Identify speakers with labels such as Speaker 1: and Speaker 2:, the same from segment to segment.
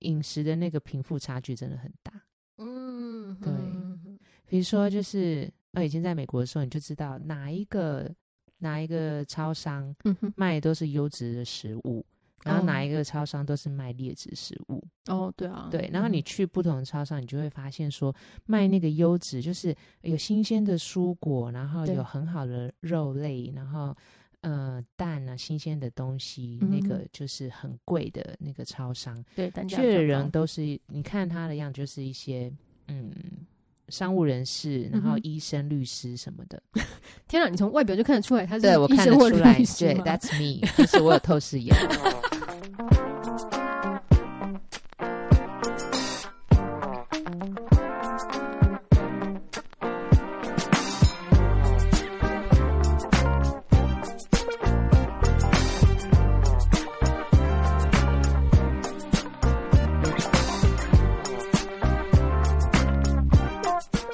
Speaker 1: 饮食的那个贫富差距真的很大。
Speaker 2: 嗯，
Speaker 1: 对
Speaker 2: 嗯
Speaker 1: 比如说，就是呃，以前在美国的时候，你就知道哪一个哪一个超商
Speaker 2: 嗯哼，
Speaker 1: 卖的都是优质的食物，然后
Speaker 2: 哦
Speaker 1: 哪一个超商都是卖劣质食物。
Speaker 2: 哦，对啊，
Speaker 1: 对，然后你去不同的超商，你就会发现说，卖那个优质就是有新鲜的蔬果，然后
Speaker 2: 对
Speaker 1: 有很好的肉类，然后呃蛋啊，新鲜的东西，
Speaker 2: 嗯
Speaker 1: 那
Speaker 2: 哼
Speaker 1: 个就是很贵的那个超商，
Speaker 2: 嗯对单价
Speaker 1: 去的
Speaker 2: 比较
Speaker 1: 人
Speaker 2: 高
Speaker 1: 都是你看他的样子，就是一些嗯商务人士，然
Speaker 2: 嗯
Speaker 1: 后
Speaker 2: 哼
Speaker 1: 医生、律师什么的。
Speaker 2: 天哪，你从外表就看得出来他是
Speaker 1: 对我
Speaker 2: 医
Speaker 1: 看得
Speaker 2: 生或
Speaker 1: 出来，
Speaker 2: 律师
Speaker 1: 对
Speaker 2: 吗
Speaker 1: ，That's me，就是我有透视眼。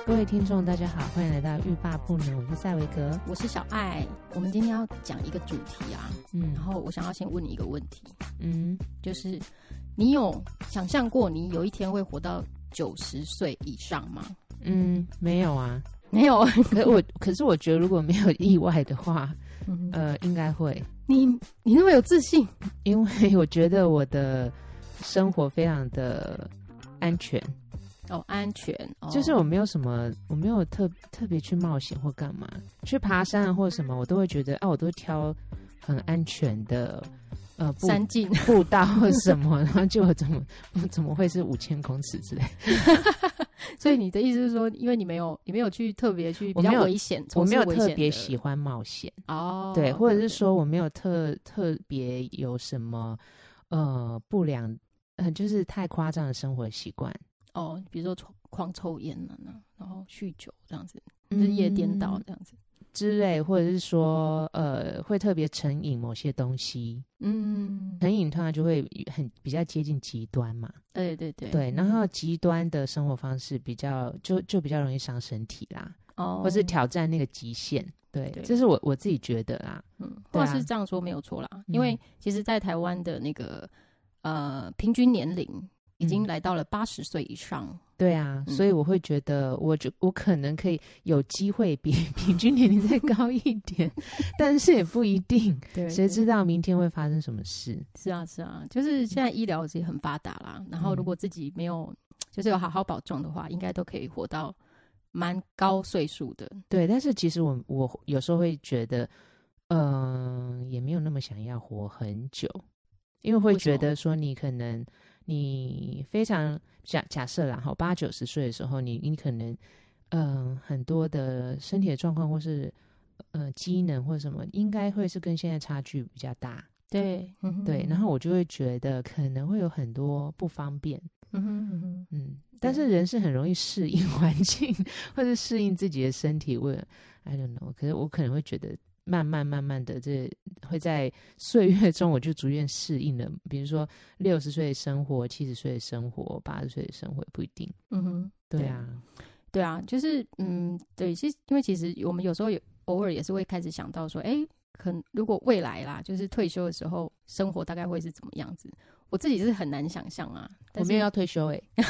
Speaker 1: 各位听众，大家好，欢迎来到欲罢不能，我是赛维格。
Speaker 2: 我是小爱，我们今天要讲一个主题啊，
Speaker 1: 嗯
Speaker 2: 然后我想要先问你一个问题，
Speaker 1: 嗯，
Speaker 2: 就是你有想象过你有一天会活到九十岁以上吗？
Speaker 1: 嗯，没有啊。
Speaker 2: 没有，
Speaker 1: 可我可是我觉得，如果没有意外的话，
Speaker 2: 嗯
Speaker 1: 呃，应该会，
Speaker 2: 你你那么有自信，
Speaker 1: 因为我觉得我的生活非常的安全，
Speaker 2: 哦，安全，哦、
Speaker 1: 就是我没有什么，我没有特特别去冒险或干嘛，去爬山啊或什么，我都会觉得啊，我都挑很安全的呃步
Speaker 2: 三进，
Speaker 1: 步道或什么，然后就怎么 怎么会是五千公尺之类的，
Speaker 2: 所以你的意思是说，因为你没有，你没有去特别去比
Speaker 1: 我没
Speaker 2: 较
Speaker 1: 有
Speaker 2: 危险，
Speaker 1: 我
Speaker 2: 从
Speaker 1: 没
Speaker 2: 事
Speaker 1: 有
Speaker 2: 危
Speaker 1: 特
Speaker 2: 险
Speaker 1: 别
Speaker 2: 的
Speaker 1: 喜欢冒险。
Speaker 2: 哦，嗯
Speaker 1: 对，或者是
Speaker 2: OK，OK，
Speaker 1: 说我没有特特别有什么呃不良，呃，就是太夸张的生活习惯，
Speaker 2: 哦，比如说狂狂抽烟了呢，然后酗酒这样子，日夜颠倒
Speaker 1: 嗯
Speaker 2: 这样子，
Speaker 1: 之类，或者是说呃会特别成瘾某些东西，
Speaker 2: 嗯，
Speaker 1: 成瘾通常就会很比较接近极端嘛，
Speaker 2: 对对嗯对，
Speaker 1: 对，然后极端的生活方式比较就就比较容易伤身体啦，
Speaker 2: 哦，
Speaker 1: 或是挑战那个极限，对，
Speaker 2: 对
Speaker 1: 这是我我自己觉得啦，
Speaker 2: 嗯，
Speaker 1: 对
Speaker 2: 或
Speaker 1: 啊
Speaker 2: 是这样说没有错啦，因为
Speaker 1: 嗯
Speaker 2: 其实，在台湾的那个呃平均年龄已经
Speaker 1: 嗯
Speaker 2: 来到了八十岁以上，
Speaker 1: 对啊，
Speaker 2: 嗯
Speaker 1: 所以我会觉得我，就我可能可以有机会比 平均年龄再高一点，但是也不一定，
Speaker 2: 对
Speaker 1: 谁知道明天会发生什么事？
Speaker 2: 是啊是啊，就是现在医疗也很发达啦，然后如
Speaker 1: 嗯
Speaker 2: 果自己没有就是有好好保重的话，应该都可以活到蛮高岁数的，
Speaker 1: 对，但是其实我我有时候会觉得，嗯、也没有那么想要活很久，因为会
Speaker 2: 为什么
Speaker 1: 觉得说你可能你非常假假设啦，好八九十岁的时候，你你可能嗯、很多的身体的状况或是呃机能或什么，应该会是跟现在差距比较大。
Speaker 2: 对，嗯哼
Speaker 1: 对，然后我就会觉得可能会有很多不方便，
Speaker 2: 嗯哼嗯哼
Speaker 1: 嗯，但是人是很容易适应 环境，或者适应自己的身体。我也 I don't know，可是我可能会觉得慢慢慢慢的这会在岁月中，我就逐渐适应了。比如说六十岁的生活、七十岁的生活、八十岁的生活不一定。
Speaker 2: 嗯哼，
Speaker 1: 对
Speaker 2: 对
Speaker 1: 啊，
Speaker 2: 对啊，就是嗯，对，其实因为其实我们有时候也偶尔也是会开始想到说，哎，可能如果未来啦，就是退休的时候，生活大概会是怎么样子？我自己是很难想象啊，但
Speaker 1: 我
Speaker 2: 是
Speaker 1: 没有要退休欸 诶、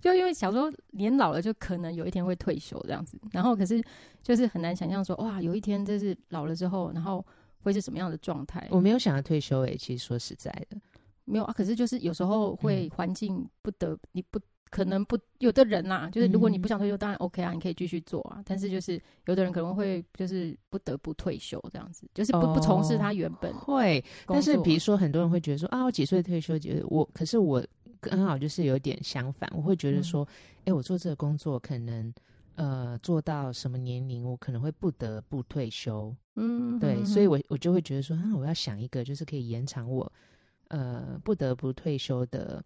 Speaker 2: 就因为想说年老了就可能有一天会退休这样子，然后可是就是很难想象说，哇，有一天就是老了之后，然后会是什么样的状态？
Speaker 1: 我没有想要退休诶、其实说实在的，
Speaker 2: 没有啊，可是就是有时
Speaker 1: 嗯
Speaker 2: 候会环境不得，你不可能不有的人啦、啊就是如果你
Speaker 1: 嗯
Speaker 2: 不想退休，当然 OK 啊，你可以继续做啊。但是就是有的人可能会就是不得不退休这样子，就是不、不从事
Speaker 1: 哦
Speaker 2: 他原本
Speaker 1: 会
Speaker 2: 工
Speaker 1: 但是
Speaker 2: 作
Speaker 1: 比如说，很多人会觉得说啊，我几岁退休？觉得我，可是我刚好就是有点相反，我会觉
Speaker 2: 嗯
Speaker 1: 得说，哎、我做这个工作可能。呃，做到什么年龄，我可能会不得不退休，
Speaker 2: 嗯
Speaker 1: 对，
Speaker 2: 哼
Speaker 1: 所以我我就会觉得说，啊，我要想一个，就是可以延长我，呃，不得不退休的，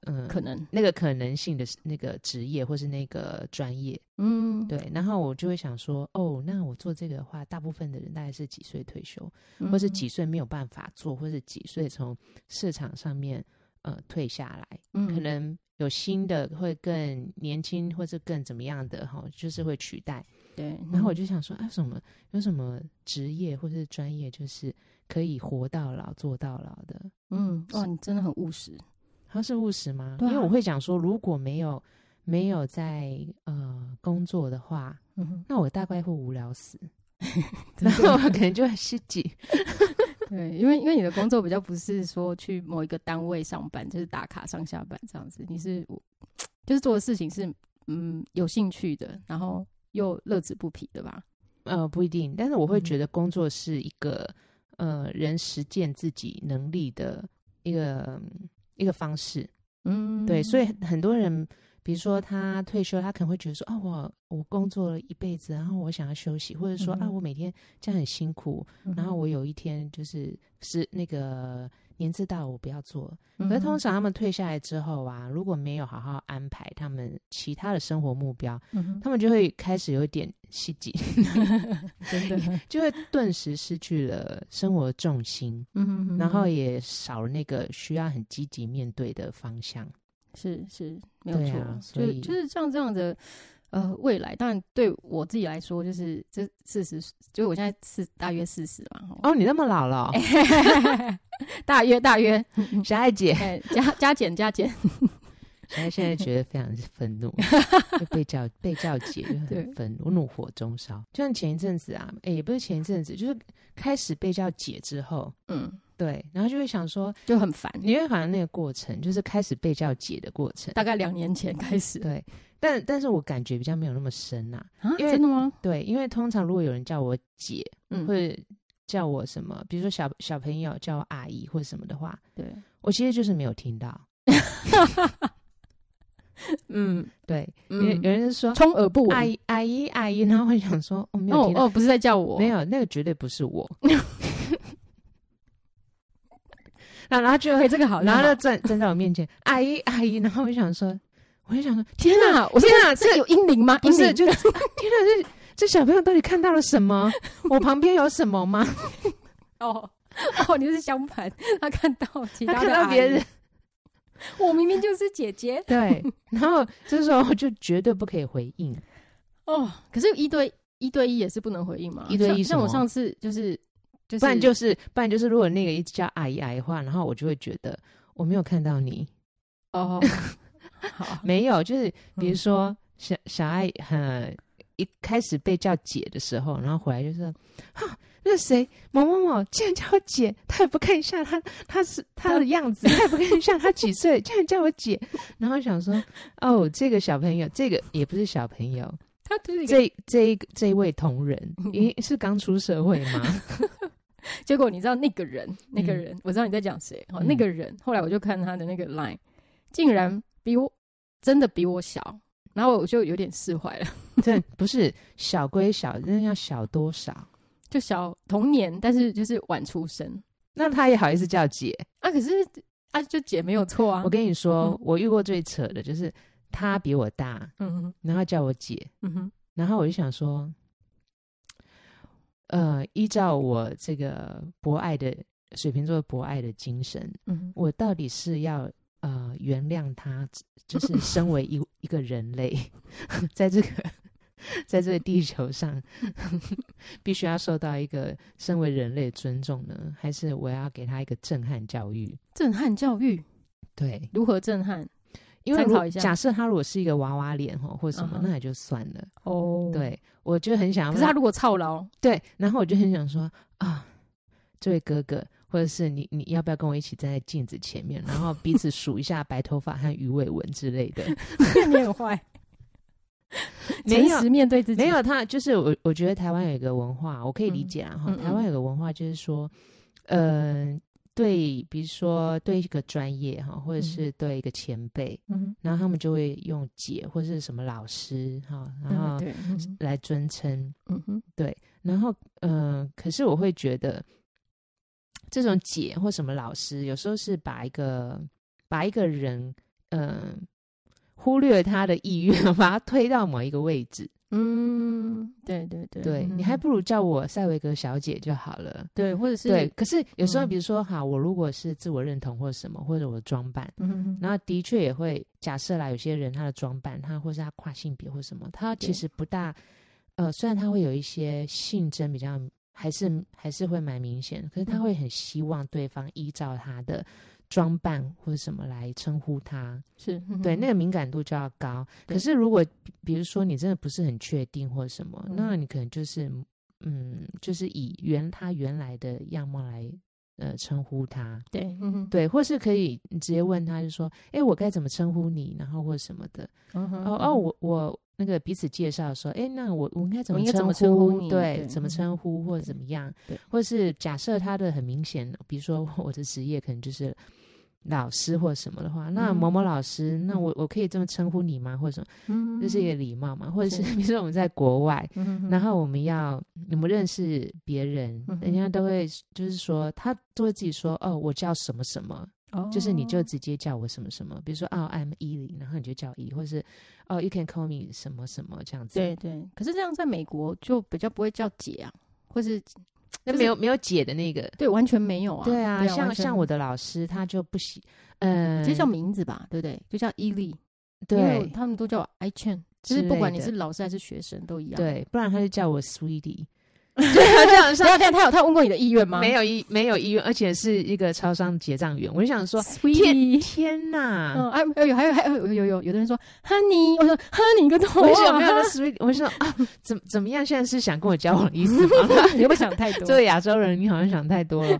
Speaker 1: 嗯、
Speaker 2: 可能
Speaker 1: 那个可能性的那个职业或是那个专业，
Speaker 2: 嗯
Speaker 1: 对，然后我就会想说，哦，那我做这个的话，大部分的人大概是几岁退休？
Speaker 2: 嗯
Speaker 1: 或是几岁没有办法做，或是几岁从市场上面呃退下来，
Speaker 2: 嗯
Speaker 1: 可能有新的会更年轻，或是更怎么样的哈，就是会取代。
Speaker 2: 对，
Speaker 1: 然后我
Speaker 2: 就
Speaker 1: 就想说啊，什么有什么职业或是专业，就是可以活到老做到老的？
Speaker 2: 嗯嗯哇，你真的很务实，
Speaker 1: 他是务实吗？
Speaker 2: 对啊
Speaker 1: 因为我会讲说，如果没有没有在呃工作的话，
Speaker 2: 嗯 哼，
Speaker 1: 那我大概会无聊死，
Speaker 2: 真
Speaker 1: 然后我
Speaker 2: 的
Speaker 1: 可能就会失己。
Speaker 2: 对，因为因为你的工作比较不是说去某一个单位上班，就是打卡上下班这样子，你是就是做的事情是嗯有兴趣的，然后又乐此不疲的吧？
Speaker 1: 呃，不一定，但是我会
Speaker 2: 嗯
Speaker 1: 觉得工作是一个、呃人实践自己能力的一个一个方式。
Speaker 2: 嗯，
Speaker 1: 对，所以很多人，比如说他退休，他可能会觉得说，啊，我我工作了一辈子，然后我想要休息，或者说、
Speaker 2: 嗯
Speaker 1: 啊，
Speaker 2: 哼
Speaker 1: 我每天这样很辛苦，
Speaker 2: 嗯哼
Speaker 1: 然后我有一天就是是那个年纪大了，我不要做了。
Speaker 2: 嗯
Speaker 1: 可是
Speaker 2: 哼
Speaker 1: 通常他们退下来之后啊，如果没有好好安排他们其他的生活目标，
Speaker 2: 嗯哼
Speaker 1: 他们就会开始有点心急，
Speaker 2: 真的，
Speaker 1: 就会顿时失去了生活重心，
Speaker 2: 嗯哼哼
Speaker 1: 然后也少了那个需要很积极面对的方向。
Speaker 2: 是是没有
Speaker 1: 对
Speaker 2: 错，
Speaker 1: 啊所
Speaker 2: 就是
Speaker 1: 以
Speaker 2: 就是像这样的呃未来，当然对我自己来说，就是这四十，就是我现在是大约四十嘛，吼
Speaker 1: 哦，你那么老了哦、
Speaker 2: 大约大约，
Speaker 1: 小爱姐，
Speaker 2: 哎、加加减加减，
Speaker 1: 小爱现在觉得非常愤 怒，就被叫被叫姐就
Speaker 2: 对
Speaker 1: 很愤怒，怒火中烧。就像前一阵子啊，诶也不是前一阵子，就是开始被叫姐之后，
Speaker 2: 嗯，
Speaker 1: 对，然后就会想说，
Speaker 2: 就很烦。
Speaker 1: 你会反正那个过程就是开始被叫姐的过程，
Speaker 2: 大概两年前开始，
Speaker 1: 对。但但是我感觉比较没有那么深啊，
Speaker 2: 啊，
Speaker 1: 因为
Speaker 2: 真的吗？
Speaker 1: 对，因为通常如果有人叫我姐，
Speaker 2: 嗯，
Speaker 1: 或者叫我什么，比如说小小朋友叫我阿姨或什么的话，
Speaker 2: 对，
Speaker 1: 我其实就是没有听到。
Speaker 2: 嗯
Speaker 1: 对，有
Speaker 2: 嗯，
Speaker 1: 有人就说
Speaker 2: 充耳不
Speaker 1: 阿
Speaker 2: 闻。
Speaker 1: 姨阿姨阿姨，然后我想说我没有
Speaker 2: 哦
Speaker 1: 听到，
Speaker 2: 哦，不是在叫我，
Speaker 1: 没有，那个绝对不是我。 然后然后就
Speaker 2: 对，
Speaker 1: 会，
Speaker 2: 这个好，
Speaker 1: 然后
Speaker 2: 这个
Speaker 1: 就
Speaker 2: 好
Speaker 1: 站站在我面前，阿姨阿姨，然后我想说，我就想说，天
Speaker 2: 天
Speaker 1: 哪，
Speaker 2: 哪，我是
Speaker 1: 天哪，这
Speaker 2: 这有阴灵吗？
Speaker 1: 不
Speaker 2: 阴
Speaker 1: 是
Speaker 2: 灵
Speaker 1: 就是啊天哪，这这小朋友到底看到了什么？我旁边有什么吗？
Speaker 2: 哦哦，你是相反，他看到其
Speaker 1: 他
Speaker 2: 他
Speaker 1: 看
Speaker 2: 的
Speaker 1: 到
Speaker 2: 阿
Speaker 1: 别
Speaker 2: 姨
Speaker 1: 人，
Speaker 2: 我明明就是姐姐
Speaker 1: 对，然后这时候我就绝对不可以回应，
Speaker 2: 哦。可是，一对一对一也是不能回应嘛？
Speaker 1: 一对一
Speaker 2: 像像我
Speaker 1: 什么
Speaker 2: 上次就是就是，
Speaker 1: 不然就是不然就是，如果那个一直叫阿姨阿姨的话，然后我就会觉得我没有看到你，
Speaker 2: 哦，好，
Speaker 1: 没有，就是比如
Speaker 2: 哦嗯
Speaker 1: 说小小爱很一开始被叫姐的时候，然后回来就说，啊，那谁某某某竟然叫我姐，他也不看一下他他是他的样子，他也不看一下他几岁，竟然叫我姐，然后想说，哦，这个小朋友，这个也不是小朋友，
Speaker 2: 他就是一个。
Speaker 1: 这这一这一位同 仁，咦，是刚出社会吗？
Speaker 2: 结果你知道那个人，那个
Speaker 1: 嗯
Speaker 2: 人，我知道你在讲谁。好，
Speaker 1: 嗯
Speaker 2: 那个人后来我就看他的那个 line，竟然比我真的比我小，然后我就有点释怀了，
Speaker 1: 这不是小归小，那要小多少？
Speaker 2: 就小童年，但是就是晚出生
Speaker 1: 那他也好意思叫姐？
Speaker 2: 啊。可是啊，就姐没有错啊
Speaker 1: 我。跟你说
Speaker 2: 嗯，
Speaker 1: 我遇过最扯的就是他比我大，
Speaker 2: 嗯哼
Speaker 1: 然后叫我姐，
Speaker 2: 嗯哼，
Speaker 1: 然后我就想说，呃，依照我这个博爱的水瓶座博爱的精神，
Speaker 2: 嗯哼，
Speaker 1: 我到底是要呃原谅他，就是身为一 一个人类，在这个在这个地球上， 必须要受到一个身为人类的尊重呢，还是我要给他一个震撼教育？
Speaker 2: 震撼教育
Speaker 1: 对，
Speaker 2: 如何震撼？
Speaker 1: 因为
Speaker 2: 参
Speaker 1: 如
Speaker 2: 考一下
Speaker 1: 假设他如果是一个娃娃脸哦，或什么
Speaker 2: 嗯哼
Speaker 1: 那也就算了。
Speaker 2: 哦，
Speaker 1: 对，我就很想要
Speaker 2: 可
Speaker 1: 问，
Speaker 2: 是他如果 操劳，
Speaker 1: 对，然后我就很想说啊，这位哥哥，或者是你，你要不要跟我一起站在镜子前面，然后彼此数一下白头发和鱼尾纹之类 的？
Speaker 2: 你很坏，
Speaker 1: 没
Speaker 2: 诚
Speaker 1: 有
Speaker 2: 实面对自己，
Speaker 1: 没有，他就是我，我觉得台湾有一个文化，我可以理
Speaker 2: 嗯
Speaker 1: 解啊。哈、
Speaker 2: 嗯
Speaker 1: 台湾有个文化就是说，嗯、对，比如说对一个专业哈，或者
Speaker 2: 嗯
Speaker 1: 是对一个前辈，
Speaker 2: 嗯
Speaker 1: 然后他们就会用姐或是什么老师哈，
Speaker 2: 哼，
Speaker 1: 然后
Speaker 2: 对，嗯哼
Speaker 1: 来尊称。
Speaker 2: 嗯哼，
Speaker 1: 然后，嗯、可是我会觉得，这种姐或什么老师，有时候是把一个把一个人，嗯、忽略他的意愿， 把他推到某一个位置。
Speaker 2: 嗯，对对对，
Speaker 1: 对、
Speaker 2: 嗯
Speaker 1: 你还不如叫我塞维格小姐就好了。
Speaker 2: 对，或者是
Speaker 1: 对，，可是有时候，
Speaker 2: 嗯
Speaker 1: 比如说，哈、我如果是自我认同或什么，或者我的装扮，
Speaker 2: 嗯哼哼
Speaker 1: 然后的确也会假设啦，有些人他的装扮，他或是他跨性别或什么，他其
Speaker 2: 对
Speaker 1: 实不大，呃，虽然他会有一些性征比较，还是还是会蛮明显的，可是他
Speaker 2: 嗯
Speaker 1: 会很希望对方依照他的装扮或者什么来称呼它。
Speaker 2: 是嗯
Speaker 1: 对，那
Speaker 2: 个
Speaker 1: 个敏感度就要高。
Speaker 2: 对
Speaker 1: 可是如果比比如说你真的不是很确定或什么，
Speaker 2: 嗯
Speaker 1: 那你可能就是嗯，就是以原他原来的样貌来呃称呼他，
Speaker 2: 对，嗯哼，
Speaker 1: 对，或是可以直接问他，就说，哎，我该怎么称呼你，然后或什么的。
Speaker 2: 嗯哼
Speaker 1: 哦哦，，我我那个彼此介绍说，哎，那我我应该怎
Speaker 2: 我
Speaker 1: 么
Speaker 2: 应该怎
Speaker 1: 称
Speaker 2: 么称呼你
Speaker 1: 对
Speaker 2: 对，
Speaker 1: 怎么
Speaker 2: 嗯
Speaker 1: 称呼或者
Speaker 2: 对
Speaker 1: 怎么样
Speaker 2: 对，
Speaker 1: 或是假设他的很明显，比如说我的职业可能就是老师或什么的话，那
Speaker 2: 嗯
Speaker 1: 某某老师，那我我可以这么称呼你吗？或者什么，
Speaker 2: 嗯
Speaker 1: 这是一个礼貌嘛？或者是
Speaker 2: 是
Speaker 1: 比如说我们在国外，
Speaker 2: 嗯哼
Speaker 1: 然后我们要我们认识别人，
Speaker 2: 嗯
Speaker 1: 人家都会就是说他都会自己说，哦，我叫什么什么，
Speaker 2: 哦
Speaker 1: 就是你就直接叫我什么什么，比如说哦，I'm 伊林，然后你就叫伊，或是哦，you can call me 什么什么这样子。，
Speaker 2: 对对，可是这样在美国就比较不会叫姐啊，或是
Speaker 1: 那
Speaker 2: 就是
Speaker 1: 没有没有姐的那个。
Speaker 2: 对完全没有啊，
Speaker 1: 对啊，像
Speaker 2: 完全
Speaker 1: 像我的老师他就不喜，呃，
Speaker 2: 直接叫名字吧，对不对？就叫伊利，因为
Speaker 1: 对
Speaker 2: 他们都叫 I Chen，就是不管你是老师还是学生都一样。，
Speaker 1: 对，不然他就叫我 sweetie。对啊，这样
Speaker 2: 不
Speaker 1: 上
Speaker 2: 要这样，他有他问过你的意愿吗？
Speaker 1: 没有医没有医院，而且是一个超商结账员，我就想说，啊
Speaker 2: ，Sweetie。
Speaker 1: 天哪！
Speaker 2: 嗯，哎，有有还有还有有有有有的人说 Honey，我说 Honey 个头
Speaker 1: 我就想
Speaker 2: 啊
Speaker 1: 没有那 sweet，我就说啊，怎么怎么样？现在是想跟我交往的意思吗？
Speaker 2: 你又不想太多，
Speaker 1: 作为亚洲人，你好像想太多了。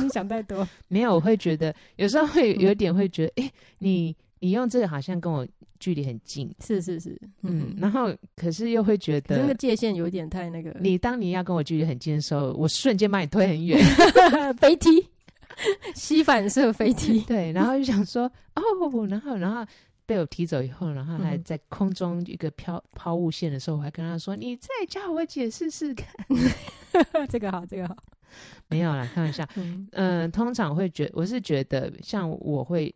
Speaker 2: 你 想太多。
Speaker 1: 没有，我会觉 得有时候会有点会觉得，诶，
Speaker 2: 嗯
Speaker 1: 你你用这个好像跟我距离很近，
Speaker 2: 是是是，
Speaker 1: 嗯，
Speaker 2: 嗯，
Speaker 1: 然后可是又会觉
Speaker 2: 可是那
Speaker 1: 得
Speaker 2: 个，嗯界限有一点太那个，
Speaker 1: 你当你要跟我距离很近的时候，我瞬间把你推很远，
Speaker 2: 飞踢， 吸反射飞踢。
Speaker 1: 对，然后就想说，哦，然后然后。被我踢走以后，然后还
Speaker 2: 嗯
Speaker 1: 在空中一个飘抛物线的时候，我还跟他说：“你再教我姐试试看。
Speaker 2: 这个好，这个好。”
Speaker 1: 没有啦，开玩笑。
Speaker 2: 嗯
Speaker 1: 嗯，通常会觉，我是觉得像我会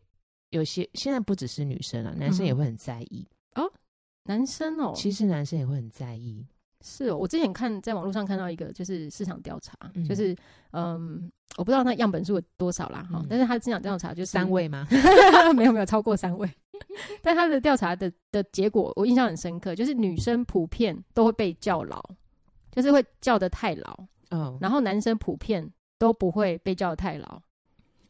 Speaker 1: 有些，现在不只是女生啊，男生也
Speaker 2: 嗯哼
Speaker 1: 会很在意。
Speaker 2: 男生哦，
Speaker 1: 其实男生也会很在意，
Speaker 2: 是哦，我之前看在网络上看到一个就是市场调查，
Speaker 1: 嗯
Speaker 2: 就是嗯，我不知道那样本数有多少啦哈，
Speaker 1: 嗯
Speaker 2: 但是他市场调查就是
Speaker 1: 三，位吗？
Speaker 2: 没有没有超过三位， 但他的调查的的结果我印象很深刻，就是女生普遍都会被叫老，就是会叫的太老，
Speaker 1: 哦，
Speaker 2: 然后男生普遍都不会被叫得太老，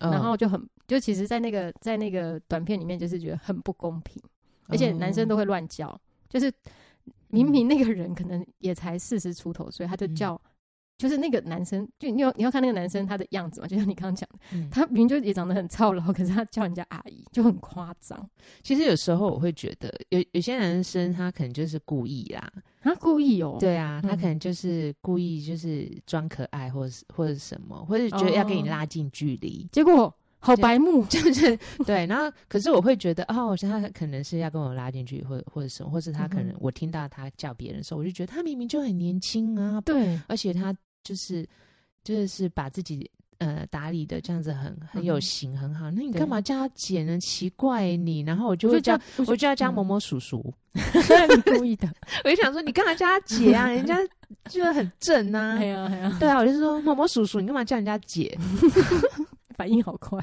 Speaker 1: 哦
Speaker 2: 然后就很就其实，在那个在那个短片里面，就是觉得很不公平，而且男生都会乱叫，就是明明那个人可能也才四十出头，所以他就
Speaker 1: 嗯
Speaker 2: 叫，就是那个男生，就你有你要看那个男生他的样子嘛，就像你刚刚讲的，
Speaker 1: 嗯
Speaker 2: 他明明就也长得很操劳，可是他叫人家阿姨就很夸张，
Speaker 1: 其实有时候我会觉得，有有些男生他可能就是故意啦，
Speaker 2: 他故意哦，
Speaker 1: 对啊，他
Speaker 2: 嗯
Speaker 1: 可能就是故意就是装可爱，或者是或者什么，或者觉得要跟你
Speaker 2: 哦
Speaker 1: 拉近距离。
Speaker 2: 结果好
Speaker 1: 对
Speaker 2: 白目，
Speaker 1: 就是对，然后可是我会觉得，哦，他可能是要跟我拉进去，或者或者什么，或是他可能
Speaker 2: 嗯哼
Speaker 1: 我听到他叫别人的时候，我就觉得他明明就很年轻啊，
Speaker 2: 对，
Speaker 1: 而且他就是就是把自己呃打理的这样子很很有
Speaker 2: 嗯哼
Speaker 1: 型，很好。那你
Speaker 2: 对
Speaker 1: 干嘛叫他姐呢？奇怪你，然嗯后我就
Speaker 2: 我
Speaker 1: 会
Speaker 2: 就啊
Speaker 1: 叫
Speaker 2: 叫，
Speaker 1: 我就要叫
Speaker 2: 嗯
Speaker 1: 某某叔叔。
Speaker 2: 你故 意的，
Speaker 1: 我就想说，你干嘛叫 他姐啊？人家就是很正 啊
Speaker 2: 哎。呀哎呀，
Speaker 1: 对啊，我就说某某叔叔，你干嘛叫人家 姐？
Speaker 2: 反应好快，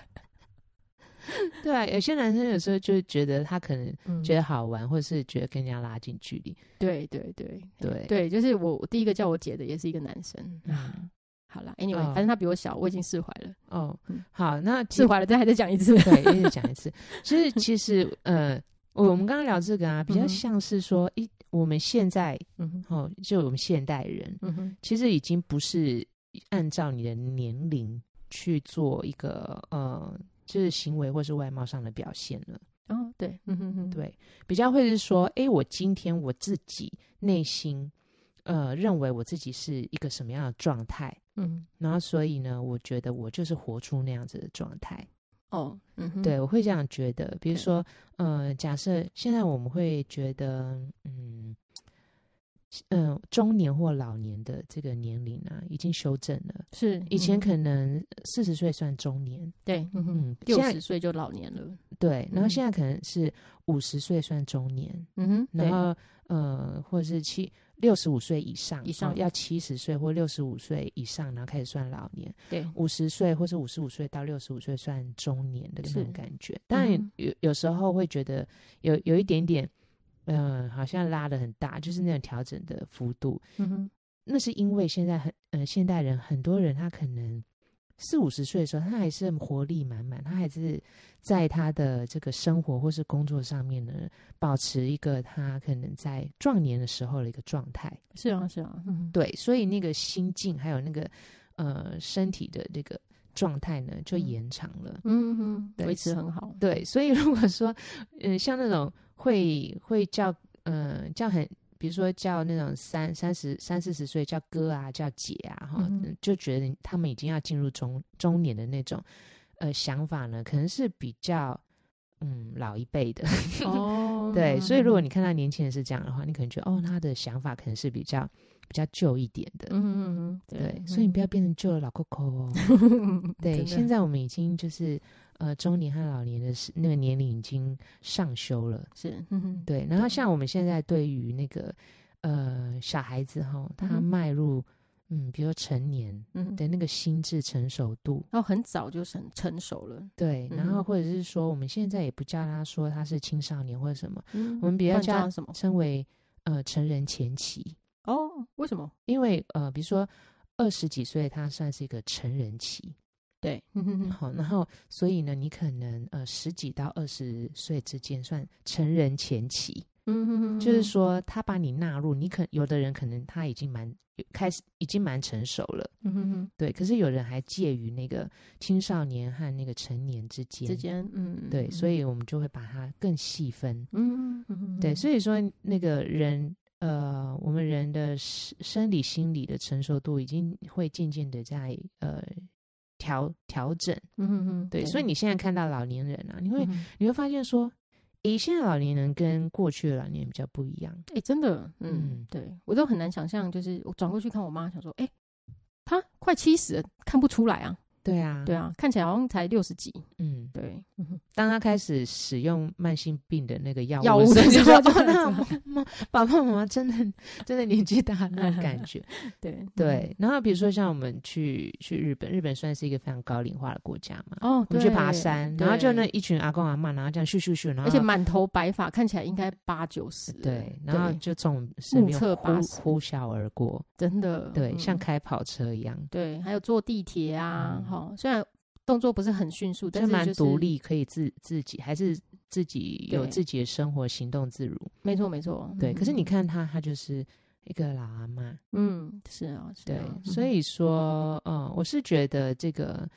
Speaker 1: 对啊，有些男生有时候就是觉得他可能
Speaker 2: 嗯
Speaker 1: 觉得好玩，或者是觉得跟人家拉近距离。
Speaker 2: 对对对
Speaker 1: 对，
Speaker 2: 对，就是我我第一个叫我姐的也是一个男生。
Speaker 1: 嗯，
Speaker 2: 好啦 a n y w a
Speaker 1: 哦
Speaker 2: y 反正他比我小，我已经释怀了，
Speaker 1: 哦
Speaker 2: 嗯，
Speaker 1: 好，那其
Speaker 2: 释怀了，但还在讲一次。
Speaker 1: 对，一直讲一次。就是其实，呃，我我们刚刚聊这个啊，比较
Speaker 2: 嗯哼
Speaker 1: 像是说，一我们现在
Speaker 2: 嗯哼，
Speaker 1: 哦，就我们现代人，
Speaker 2: 嗯哼，
Speaker 1: 其实已经不是按照你的年龄去做一个呃，就是行为或是外貌上的表现了。
Speaker 2: 哦，对，嗯哼哼，
Speaker 1: 对，比较会是说，诶，我今天我自己内心呃认为我自己是一个什么样的状态，
Speaker 2: 嗯，
Speaker 1: 然后所以呢，我觉得我就是活出那样子的状态。
Speaker 2: 哦，嗯哼，，
Speaker 1: 对，我会这样觉得。比如
Speaker 2: 对
Speaker 1: 说，呃，假设现在我们会觉得，嗯，嗯、中年或老年的这个年龄啊，已经修正了。
Speaker 2: 是
Speaker 1: 以前
Speaker 2: 嗯
Speaker 1: 可能四十岁算中年，
Speaker 2: 对，嗯哼，
Speaker 1: 嗯，现
Speaker 2: 六
Speaker 1: 在
Speaker 2: 十岁就老年了，
Speaker 1: 对，然后
Speaker 2: 嗯
Speaker 1: 现在可能是五十岁算中年，
Speaker 2: 嗯哼，对
Speaker 1: 然，后呃，或者是七六十五岁以上，
Speaker 2: 以
Speaker 1: 哦
Speaker 2: 上
Speaker 1: 要七十岁或六十五岁以上，然后开始算老年。
Speaker 2: 对，
Speaker 1: 五十岁或是五十五岁到六十五岁算中年的那
Speaker 2: 是
Speaker 1: 种感觉。当然有有时候会觉得有有一点点，嗯、好像拉的很大，就是那种调整的幅度。
Speaker 2: 嗯哼，
Speaker 1: 那是因为现在很呃，现代人很多人他可能四五十岁的时候，他还是活力满满，他还是在他的这个生活或是工作上面呢，保持一个他可能在壮年的时候的一个状态。
Speaker 2: 是啊，是啊，嗯，
Speaker 1: 对，所以那个心境还有那个呃身体的这个状态呢，就
Speaker 2: 嗯
Speaker 1: 延长了。
Speaker 2: 嗯嗯，
Speaker 1: 对哦
Speaker 2: 维持很好，
Speaker 1: 对，所以如果说，嗯、像那种会会叫，嗯、叫很，比如说叫那种三三十三四十岁叫哥啊，叫姐啊，哈、
Speaker 2: 嗯哼
Speaker 1: 就觉得他们已经要进入中中年的那种，呃，想法呢，可能是比较，嗯，老一辈的，
Speaker 2: 哦
Speaker 1: 对，所以如果你看到年轻人是这样的话，你可能觉得，哦，他的想法可能是比较比较旧一点的，
Speaker 2: 嗯嗯嗯，
Speaker 1: 对，所以你不要变成旧的老 Coco 哦。
Speaker 2: 要
Speaker 1: 对，现在我们已经就是呃中年和老年的是那个年龄已经上修了。
Speaker 2: 是，嗯
Speaker 1: 对，然后像我们现在对于那个呃小孩子哈，他
Speaker 2: 嗯
Speaker 1: 迈入嗯，比如说成年
Speaker 2: 嗯，
Speaker 1: 的那个心智成熟度，
Speaker 2: 然后很早就成成熟了，
Speaker 1: 对，然后
Speaker 2: 嗯
Speaker 1: 或者是说我们现在也不叫他说他是青少年或者什么，
Speaker 2: 嗯
Speaker 1: 我们比较
Speaker 2: 不然叫
Speaker 1: 叫
Speaker 2: 他什么？
Speaker 1: 称为呃成人前期，
Speaker 2: 哦，为什么？
Speaker 1: 因为呃比如说二十几岁他算是一个成人期，
Speaker 2: 对，嗯嗯
Speaker 1: 好，然后所以呢，你可能呃十几到二十岁之间算成人前期，
Speaker 2: 嗯嗯，
Speaker 1: 就是说他把你纳入，你可有的人可能他已经蛮开始已经蛮成熟了，
Speaker 2: 嗯嗯
Speaker 1: 对，可是有人还介于那个青少年和那个成年之间，
Speaker 2: 之间，嗯，
Speaker 1: 对，所以我们就会把它更细分，
Speaker 2: 嗯嗯，
Speaker 1: 对，
Speaker 2: 以
Speaker 1: 所以说那个人。呃，我们人的生生理、心理的成熟度已经会渐渐的在呃调调整，
Speaker 2: 嗯嗯
Speaker 1: 对，所以你现在看到老年人啊，你会、
Speaker 2: 嗯
Speaker 1: 你会发现说，诶，现在老年人跟过去的老年人比较不一样，
Speaker 2: 哎、真的，
Speaker 1: 嗯
Speaker 2: 嗯，对我都很难想象，就是我转过去看我妈，想说，哎、她快七十了，看不出来啊，
Speaker 1: 对啊，
Speaker 2: 对啊，看起来好像才六十几，
Speaker 1: 嗯，
Speaker 2: 对，嗯哼
Speaker 1: 当他开始使用慢性病的那个药
Speaker 2: 药
Speaker 1: 物
Speaker 2: 物
Speaker 1: 的时
Speaker 2: 的时
Speaker 1: 候，
Speaker 2: 候
Speaker 1: 就
Speaker 2: 就
Speaker 1: 觉得
Speaker 2: 开始
Speaker 1: 哦那妈妈爸爸妈妈真的真的年纪大了那种感 觉，
Speaker 2: 对嗯
Speaker 1: 对。然后比如说像我们去去日本，日本算是一个非常高龄化的国家嘛。
Speaker 2: 嗯哦，
Speaker 1: 我们去爬山，
Speaker 2: 对
Speaker 1: 然后就那，一群阿公阿妈，然后这样咻咻咻，然后
Speaker 2: 而且满头白发，看起来应该八九十了，
Speaker 1: 对，然后
Speaker 2: 对
Speaker 1: 就从我们身边
Speaker 2: 目测
Speaker 1: 呼
Speaker 2: 八十
Speaker 1: 呼啸而过，
Speaker 2: 真的，
Speaker 1: 对，
Speaker 2: 嗯
Speaker 1: 像开跑车一样。
Speaker 2: 对，还有坐地铁啊
Speaker 1: 嗯，
Speaker 2: 哈、虽然动作不是很迅速，但
Speaker 1: 就是蛮
Speaker 2: 就是嗯
Speaker 1: 独，立，可以自自己还是自己有
Speaker 2: 对
Speaker 1: 自己的生活，行动自如。
Speaker 2: 没错没错，
Speaker 1: 对，
Speaker 2: 嗯
Speaker 1: 可是你，看他，他就是一个老阿妈。
Speaker 2: 嗯，是啊，是
Speaker 1: 对，
Speaker 2: 啊，嗯
Speaker 1: 所以说，嗯，我是觉得这个，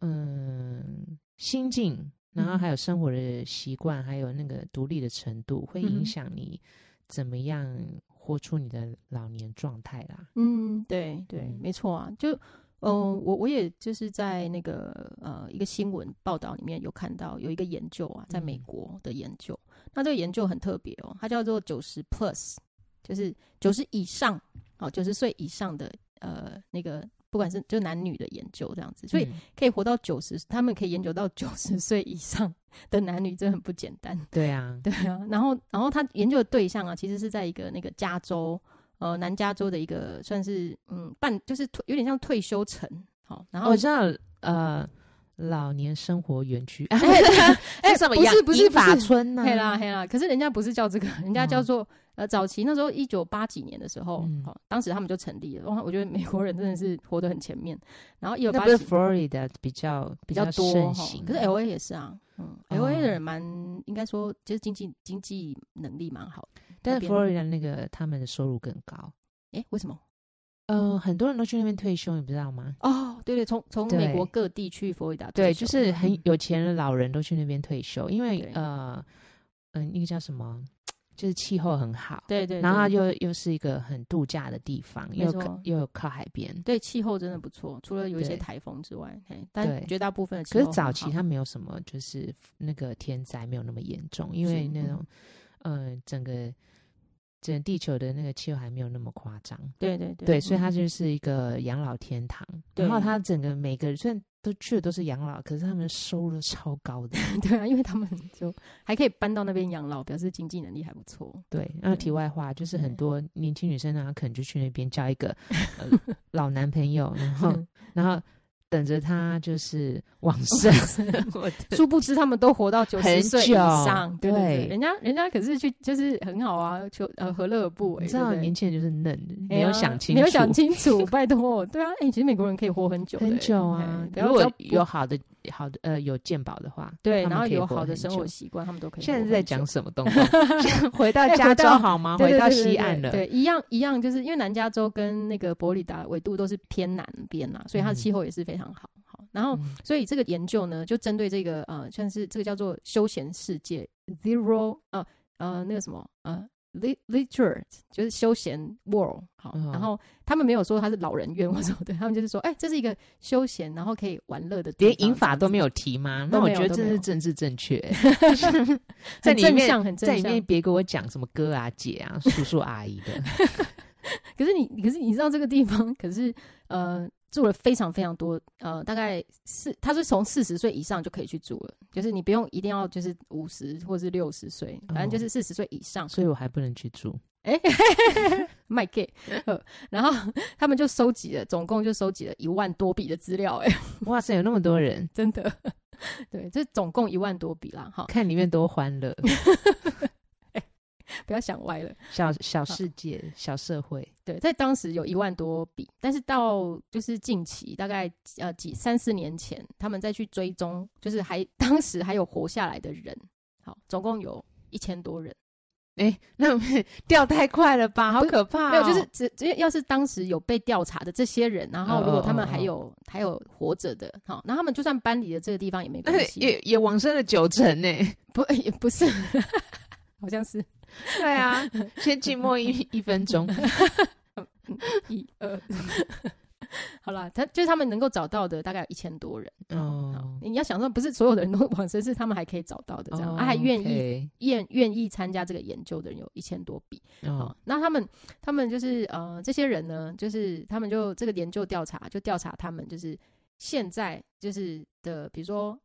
Speaker 1: 嗯，心境，然
Speaker 2: 嗯
Speaker 1: 后还有生活的习惯，还有那个独立的程度，会
Speaker 2: 嗯
Speaker 1: 影
Speaker 2: 哼
Speaker 1: 响你怎么样活出你的老年状态啦。
Speaker 2: 嗯，对对
Speaker 1: 嗯，
Speaker 2: 没错啊，就嗯、呃我我也就是在那个呃一个新闻报道里面有看到有一个研究啊，在美
Speaker 1: 嗯
Speaker 2: 国的研究，那这个研究很特别哦，它叫做九十 plus，就是九十以上哦，九十岁以上的呃那个不管是就男女的研究这样子，所以
Speaker 1: 嗯
Speaker 2: 可以活到九十，他们可以研究到九十 岁以上的男女，真的很不简单。
Speaker 1: 对啊，
Speaker 2: 对啊，然后然后他研究的对象啊，其实是在一个那个加州，呃，南加州的一个算是嗯半，就是退有点像退休城，好、然后
Speaker 1: 我知道，呃，老年生活园区，
Speaker 2: 哎
Speaker 1: 是什么
Speaker 2: 不
Speaker 1: 样？
Speaker 2: 是不是
Speaker 1: 英
Speaker 2: 不
Speaker 1: 法
Speaker 2: 是
Speaker 1: 村呢？
Speaker 2: 黑啦黑啦，可是人家不是叫这个，人家叫做、呃早期那时候一九八几年的时候，
Speaker 1: 嗯
Speaker 2: 哦，当时他们就成立了，哇，我觉得美国人真的是活得很前面，然后一九
Speaker 1: 那
Speaker 2: 八
Speaker 1: 不是
Speaker 2: 几
Speaker 1: Florida 比较
Speaker 2: 比较多
Speaker 1: 盛
Speaker 2: 哈
Speaker 1: 行，，
Speaker 2: 可是 L A 也是啊，嗯，L
Speaker 1: 哦
Speaker 2: A 的人蛮应该说就是经济经济能力蛮好的，
Speaker 1: 但
Speaker 2: 那
Speaker 1: 是
Speaker 2: 边
Speaker 1: Florida 那个他们的收入更高。
Speaker 2: 哎、为什么？嗯
Speaker 1: 呃，很多人都去那边退休，你不知道吗？
Speaker 2: 哦，对对，从从美
Speaker 1: 对
Speaker 2: 国各地去佛罗里达退
Speaker 1: 对，就
Speaker 2: 休，
Speaker 1: 是很
Speaker 2: 嗯
Speaker 1: 有钱的老人都去那边退休，因为
Speaker 2: 对
Speaker 1: 呃，嗯、那个叫什么，就是气候很好，
Speaker 2: 对对，
Speaker 1: 然后它
Speaker 2: 对
Speaker 1: 又又是一个很度假的地方，
Speaker 2: 没
Speaker 1: 又
Speaker 2: 错
Speaker 1: 靠又有靠海边。
Speaker 2: 对气候真的不错，除了有一些
Speaker 1: 对
Speaker 2: 台风之外，嘿，
Speaker 1: 对
Speaker 2: 但绝大部分的气
Speaker 1: 可
Speaker 2: 候
Speaker 1: 是
Speaker 2: 很
Speaker 1: 早期
Speaker 2: 好
Speaker 1: 它没有什么，就是那个天灾没有那么严重，因为
Speaker 2: 是
Speaker 1: 那
Speaker 2: 嗯
Speaker 1: 种，呃，整个整个地球的那个气候还没有那么夸张。
Speaker 2: 对对对
Speaker 1: 对，所以它
Speaker 2: 嗯
Speaker 1: 就是一个养老天堂。
Speaker 2: 对
Speaker 1: 然后它整个每个虽然都去的都是养老，可是他们收入超高的。
Speaker 2: 对啊，因为他们就还可以搬到那边养老，表示经济能力还不 错。
Speaker 1: 对，然后
Speaker 2: 对
Speaker 1: 题外话就是
Speaker 2: 对
Speaker 1: 很多年 轻女生呢，她可能就去那边交一个、呃老男朋友，然后然后等着他就是往生。 我的
Speaker 2: 殊不知他们都活到九十
Speaker 1: 很
Speaker 2: 岁以
Speaker 1: 久
Speaker 2: 上，对对
Speaker 1: 对
Speaker 2: 人家人家可是去就是很好啊，求呃何乐而不为？
Speaker 1: 你知道
Speaker 2: 对不对
Speaker 1: 年轻人就是嫩的，
Speaker 2: 哎
Speaker 1: 没
Speaker 2: 呀
Speaker 1: 有想清楚，
Speaker 2: 没有想清楚，拜托，对啊，哎、其实美国人可以活很久的、
Speaker 1: 很久啊
Speaker 2: 哎。不要
Speaker 1: 如
Speaker 2: 不要
Speaker 1: 果
Speaker 2: 不
Speaker 1: 有好的好的呃有健保的话，
Speaker 2: 对，
Speaker 1: 他们
Speaker 2: 然后
Speaker 1: 可以
Speaker 2: 有
Speaker 1: 活
Speaker 2: 好的
Speaker 1: 很
Speaker 2: 生
Speaker 1: 久
Speaker 2: 活习惯，他们都可以活很久。
Speaker 1: 现在在讲什么 东东？ 回到
Speaker 2: 哎
Speaker 1: 加
Speaker 2: 回
Speaker 1: 州
Speaker 2: 到
Speaker 1: 好吗？
Speaker 2: 对
Speaker 1: 回
Speaker 2: 对
Speaker 1: 到
Speaker 2: 对对
Speaker 1: 西
Speaker 2: 对
Speaker 1: 岸了。
Speaker 2: 对，一样一样，就是因为南加州跟那个佛里达纬度都是偏南边啦，所以它的
Speaker 1: 嗯
Speaker 2: 气候也是非常好。好，然后
Speaker 1: 嗯
Speaker 2: 所以这个研究呢，就针对这个呃，算是这个叫做休闲世界 zero 呃呃那个什么呃 lit literature 就是休闲 world 好，
Speaker 1: 嗯
Speaker 2: 然后他们没有说它是老人院或什么的，他们就是说，哎、这是一个休闲然后可以玩乐的地
Speaker 1: 连
Speaker 2: 方，
Speaker 1: 银法都没
Speaker 2: 有，
Speaker 1: 有提吗？那
Speaker 2: 都
Speaker 1: 我
Speaker 2: 没有
Speaker 1: 觉得
Speaker 2: 都
Speaker 1: 这
Speaker 2: 没
Speaker 1: 是
Speaker 2: 有
Speaker 1: 政治正 确欸、在
Speaker 2: 很
Speaker 1: 里
Speaker 2: 正
Speaker 1: 面
Speaker 2: 向，很正
Speaker 1: 在里
Speaker 2: 向
Speaker 1: 面别给我讲什么哥啊、姐啊、叔叔阿姨的。
Speaker 2: 可是你，可是你知道这个地方，可是呃，住了非常非常多，呃，大概四，他是从四十岁以上就可以去住了，就是你不用一定要就是五十或是六十岁，反正就是四十岁以上。
Speaker 1: 哦所以我还不能去住。
Speaker 2: 哎、卖 gay，呃然后他们就收集了，总共就收集了一万多笔的资料、哎，
Speaker 1: 哇塞，有那么多人，
Speaker 2: 真的，对，这总共一万多笔啦，哈，
Speaker 1: 看里面多欢 乐，
Speaker 2: 不要想歪了。
Speaker 1: 小小世界、小社会。
Speaker 2: 对，在当时有一万多笔，但是到就是近期大概呃几三四年前，他们再去追踪，就是还当时还有活下来的人，好，总共有一千多人。
Speaker 1: 哎、那 掉太快了吧，好
Speaker 2: 不是
Speaker 1: 可怕、哦！
Speaker 2: 没有，就是只只要是当时有被调查的这些人，然后如果他们还
Speaker 1: 哦哦哦
Speaker 2: 有还有活着的，好，那他们就算搬离了这个地方也没
Speaker 1: 而
Speaker 2: 关
Speaker 1: 且
Speaker 2: 系，
Speaker 1: 哎也也往生了九成 呢、
Speaker 2: 不也不是， 好像是
Speaker 1: 对啊，先静默一一分 钟。
Speaker 2: 一二， 好啦，他就是他们能够找到的大概有一千多人。
Speaker 1: 哦，
Speaker 2: 你要想说，不是所有的人都往生，是他们还可以找到的这样，他、还愿意
Speaker 1: 意。
Speaker 2: 愿愿意参加这个研究的人有一千多笔。好、
Speaker 1: 哦，
Speaker 2: 那他们他们就是呃，这些人呢，就是他们就这个研究调查，就调查他们就是现在就是的，比如说。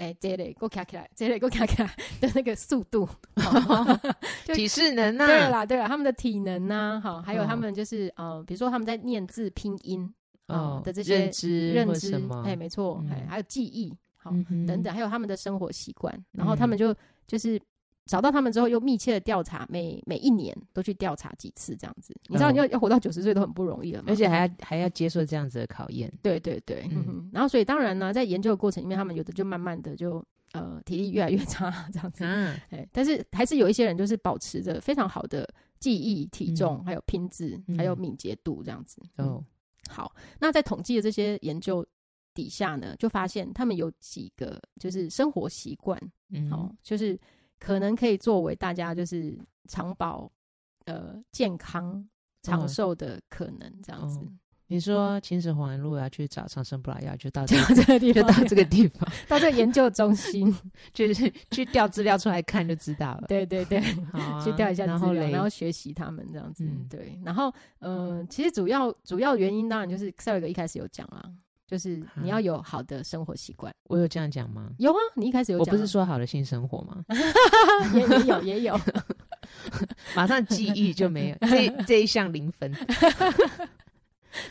Speaker 2: 哎、这类给我卡起来，这类给我卡起来的那个速度，
Speaker 1: 哦
Speaker 2: 好就
Speaker 1: 体适能啊呐、
Speaker 2: 对啦，对啦，他们的体能呐、好，还有他
Speaker 1: 哦
Speaker 2: 们就是、呃，比如说他们在念字拼音哦
Speaker 1: 哦
Speaker 2: 的这些
Speaker 1: 认知
Speaker 2: 认
Speaker 1: 或
Speaker 2: 知
Speaker 1: 什，么，
Speaker 2: 哎、没错，哎、
Speaker 1: 嗯
Speaker 2: 还有记忆，好，
Speaker 1: 嗯哼
Speaker 2: 等等，还有他们的生活习惯，然后他
Speaker 1: 嗯
Speaker 2: 们就就是找到他们之后，又密切的调查，每每一年都去调查几次这样子。你知道，
Speaker 1: 哦
Speaker 2: 你要、要活到九十岁都很不容易了嘛，
Speaker 1: 而且还要还要接受这样子的考验。
Speaker 2: 对对对，嗯
Speaker 1: 嗯
Speaker 2: 哼。然后所以当然呢，在研究的过程里面，他们有的就慢慢的就呃体力越来越差这样子，
Speaker 1: 啊，
Speaker 2: 哎，但是还是有一些人就是保持着非常好的记忆、体重，还有拼字，还有
Speaker 1: 嗯
Speaker 2: 敏捷度这样子。嗯
Speaker 1: 哦，
Speaker 2: 好，那在统计的这些研究底下呢，就发现他们有几个就是生活习惯，
Speaker 1: 嗯，
Speaker 2: 好、就是可能可以作为大家就是长保呃健康长
Speaker 1: 嗯
Speaker 2: 寿的可能这样子。
Speaker 1: 哦你说秦始皇如果要去找长生不老药，就到这
Speaker 2: 就
Speaker 1: 个，
Speaker 2: 到这
Speaker 1: 就
Speaker 2: 个地方，
Speaker 1: 到这个地方，
Speaker 2: 到这个研究 中心，
Speaker 1: 就是去调资料出来看就知道了。
Speaker 2: 对对对，
Speaker 1: 好啊，
Speaker 2: 去调一下
Speaker 1: 然
Speaker 2: 资
Speaker 1: 后
Speaker 2: 料，
Speaker 1: 嘞
Speaker 2: 然后学习他们这样子。
Speaker 1: 嗯
Speaker 2: 对，然后嗯、呃其实主要主要原因当然就是赛瑞格一开始有讲啦，就是你要
Speaker 1: 啊
Speaker 2: 有好的生活习惯。
Speaker 1: 我有这样讲吗？
Speaker 2: 有啊，你一开始有
Speaker 1: 我
Speaker 2: 讲啊，啊
Speaker 1: 不是说好的性生活吗？
Speaker 2: 也也有也有，
Speaker 1: 马上记忆就没有，这这一项零分。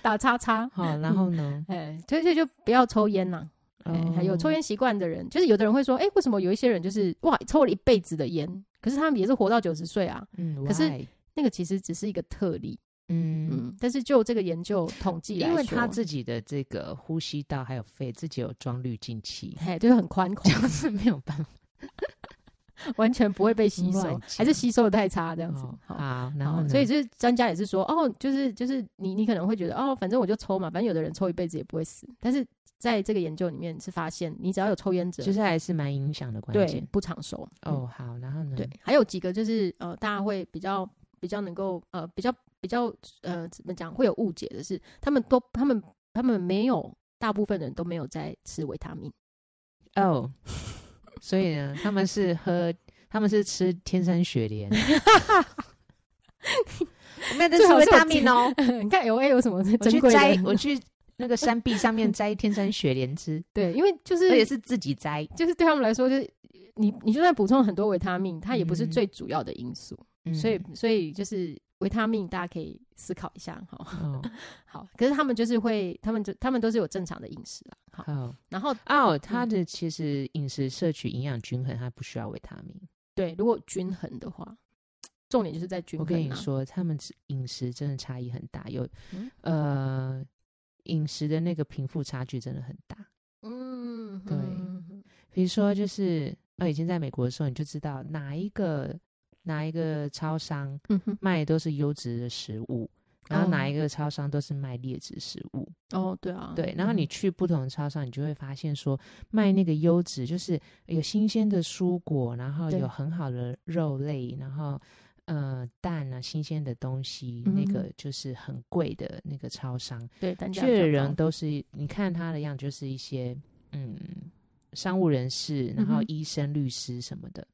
Speaker 2: 打叉叉。
Speaker 1: 好，然后呢？
Speaker 2: 哎，所以所以就不要抽烟啦。哎、
Speaker 1: 哦
Speaker 2: 还有抽烟习惯的人，就是有的人会说，哎、为什么有一些人就是哇抽了一辈子的烟，可是他们也是活到九十岁啊？
Speaker 1: 嗯，
Speaker 2: 可是
Speaker 1: why？
Speaker 2: 那个其实只是一个特例，
Speaker 1: 嗯，
Speaker 2: 嗯，但是就这个研究统计来
Speaker 1: 因
Speaker 2: 说，，
Speaker 1: 为他自己的这个呼吸道还有肺自己有装滤净器
Speaker 2: 哎，就是很宽
Speaker 1: 这
Speaker 2: 广，
Speaker 1: 样是没有办法。
Speaker 2: 完全不会 被吸
Speaker 1: 乱
Speaker 2: 收
Speaker 1: 讲，
Speaker 2: 还是吸收的太差这样子。
Speaker 1: 哦
Speaker 2: 好
Speaker 1: 好，然后
Speaker 2: 好
Speaker 1: 呢
Speaker 2: 所以就是专家也是说，哦，就是就是你你可能会觉得，哦，反正我就抽嘛，反正有的人抽一辈子也不会死，但是在这个研究里面是发现，你只要有抽烟者，
Speaker 1: 其实还是蛮影响的关
Speaker 2: 对
Speaker 1: 键。
Speaker 2: 不长寿。
Speaker 1: 哦，好，然后呢？
Speaker 2: 对，还有几个就是呃，大家会比较比较能够呃比较比较呃怎么讲会有误解的是，他们都他们他们没有大部分人都没有在吃维他命，
Speaker 1: 哦，所以呢，他们 是喝，他们是吃天山雪 莲。没有，这
Speaker 2: 最
Speaker 1: 是
Speaker 2: 好
Speaker 1: 维
Speaker 2: 是我
Speaker 1: 他命哦。
Speaker 2: 你看 L A 有什么
Speaker 1: 我去
Speaker 2: 珍贵
Speaker 1: 摘，我
Speaker 2: 的？
Speaker 1: 去那个山壁上面摘天山雪莲吃，
Speaker 2: 对，因为就是
Speaker 1: 而且 是自己摘。
Speaker 2: 就是对他们来说，就是你你就算补充很多维他命，它也不是
Speaker 1: 嗯
Speaker 2: 最主要的因素，所以所以就是维他命大家可以思考一下，哈，
Speaker 1: 哦，
Speaker 2: 好。可是他们就是会，他们就他们都是有正常的饮食啦，好。
Speaker 1: 好
Speaker 2: 然后
Speaker 1: 哦，他的其实饮食摄取营养均衡，他不需要维他命。
Speaker 2: 对，如果均衡的话，重点就是在均
Speaker 1: 我
Speaker 2: 衡、啊。
Speaker 1: 跟你说，他们吃饮食真的差异很大，有、
Speaker 2: 嗯
Speaker 1: 呃饮食的那个贫富差距真的很大。
Speaker 2: 嗯，
Speaker 1: 对
Speaker 2: 嗯
Speaker 1: 比如说，就是呃，以前在美国的时候，你就知道哪一个哪一个超商
Speaker 2: 嗯哼，
Speaker 1: 卖的都是优质的食物，然后
Speaker 2: 哦
Speaker 1: 哪一个超商都是卖劣质食物。
Speaker 2: 哦，对啊，
Speaker 1: 对，然后你去不同的超商，你就会发现说，卖那个优质就是有新鲜的蔬果，然后
Speaker 2: 对
Speaker 1: 有很好的肉类，然后呃蛋啊新鲜的东西，那个
Speaker 2: 嗯
Speaker 1: 就是很贵的那个超商，
Speaker 2: 对单价
Speaker 1: 去的
Speaker 2: 比较
Speaker 1: 人
Speaker 2: 高
Speaker 1: 都是你看他的样，就是一些嗯商务人士，然后
Speaker 2: 嗯哼
Speaker 1: 医生、律师什么的。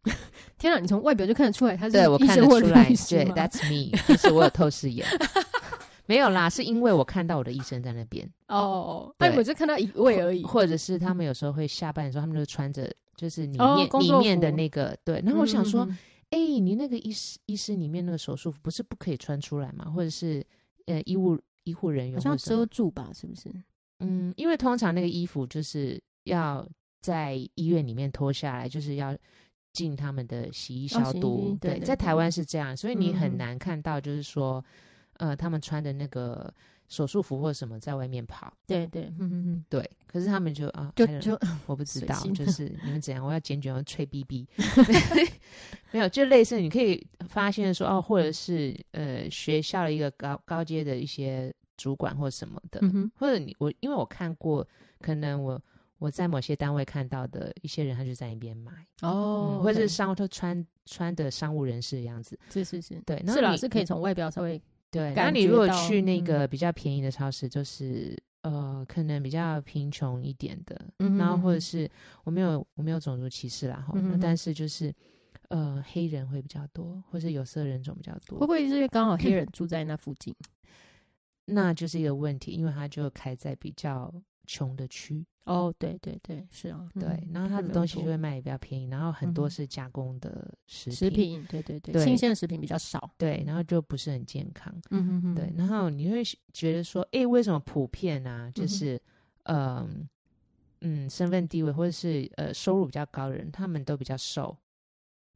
Speaker 2: 天啊，你从外表就看得出来他是
Speaker 1: 对我
Speaker 2: 医
Speaker 1: 看得
Speaker 2: 生或
Speaker 1: 出来，
Speaker 2: 律师
Speaker 1: 对
Speaker 2: 吗
Speaker 1: ，That's me，就是我有透视眼。 没有啦，是因为我看到我的医生在那 边。
Speaker 2: 哦，那
Speaker 1: 对
Speaker 2: 我就看到一位而已。
Speaker 1: 或者是他们有时候会下班的时候，他们就穿着就是里面、
Speaker 2: 哦工
Speaker 1: 里
Speaker 2: 作
Speaker 1: 面的
Speaker 2: 服
Speaker 1: 那个对。然后我想说，
Speaker 2: 嗯，嗯嗯
Speaker 1: 哎、你那个医师医师里面那个手术服不是不可以穿出来吗？或者是呃医务医护人员
Speaker 2: 好像
Speaker 1: 或
Speaker 2: 要
Speaker 1: 什么
Speaker 2: 遮住吧，是不是？
Speaker 1: 嗯，因为通常那个衣服就是要在医院里面脱下来，就是要。进他们的洗衣
Speaker 2: 哦
Speaker 1: 消
Speaker 2: 洗衣
Speaker 1: 毒，
Speaker 2: 机对对
Speaker 1: 在
Speaker 2: 对
Speaker 1: 台湾是这样，所以你很
Speaker 2: 嗯
Speaker 1: 难看到，就是说，呃，他们穿的那个手术服或什么在外面跑，
Speaker 2: 对对，嗯嗯嗯，
Speaker 1: 对，可是他们就啊，
Speaker 2: 就
Speaker 1: I don't
Speaker 2: 就
Speaker 1: 我不知
Speaker 2: 随
Speaker 1: 道，
Speaker 2: 心
Speaker 1: 就
Speaker 2: 的
Speaker 1: 是你们怎样，我要检举，我要吹 BB，没有，就类似你可以发现说哦，或者是呃学校的一个高高阶的一些主管或什么的，
Speaker 2: 嗯哼，
Speaker 1: 或者你我因为我看过，可能我我在某些单位看到的一些人，他就在那边买，
Speaker 2: 哦
Speaker 1: 嗯，或者是
Speaker 2: 对
Speaker 1: 商务都穿穿的商务人士的样子，
Speaker 2: 是是是，
Speaker 1: 对，然
Speaker 2: 是
Speaker 1: 后
Speaker 2: 啦，
Speaker 1: 你
Speaker 2: 是可以从外表稍微
Speaker 1: 对，那
Speaker 2: 感
Speaker 1: 你
Speaker 2: 觉
Speaker 1: 如果
Speaker 2: 到
Speaker 1: 去那
Speaker 2: 嗯
Speaker 1: 个比较便宜的超市，就是呃，可能比较贫穷一点的，
Speaker 2: 嗯
Speaker 1: 然后或
Speaker 2: 嗯嗯
Speaker 1: 者是我没有我没有种族歧视啦哈，
Speaker 2: 嗯
Speaker 1: 那
Speaker 2: 嗯
Speaker 1: 但
Speaker 2: 嗯
Speaker 1: 是就是呃，黑人会比较多，或是有色人种比较
Speaker 2: 会不
Speaker 1: 多，
Speaker 2: 会是因为刚好黑人住在那附近？
Speaker 1: 那就是一个问题，因为他就开在比较穷的区，
Speaker 2: 哦，对对对，是啊，
Speaker 1: 对，
Speaker 2: 嗯
Speaker 1: 然后他
Speaker 2: 会
Speaker 1: 的
Speaker 2: 没有
Speaker 1: 东西
Speaker 2: 错
Speaker 1: 就会卖得比较便宜，然后很多
Speaker 2: 嗯
Speaker 1: 是加工的食
Speaker 2: 食品，对对对，
Speaker 1: 对
Speaker 2: 新鲜的食品比较少。
Speaker 1: 对，然后就不是很健康。
Speaker 2: 嗯哼哼，
Speaker 1: 对，然后你会是觉得说，诶，为什么普遍啊，
Speaker 2: 嗯
Speaker 1: 就
Speaker 2: 哼
Speaker 1: 是，嗯嗯，身份地位或者是呃收入比较高的人，他们都比较瘦，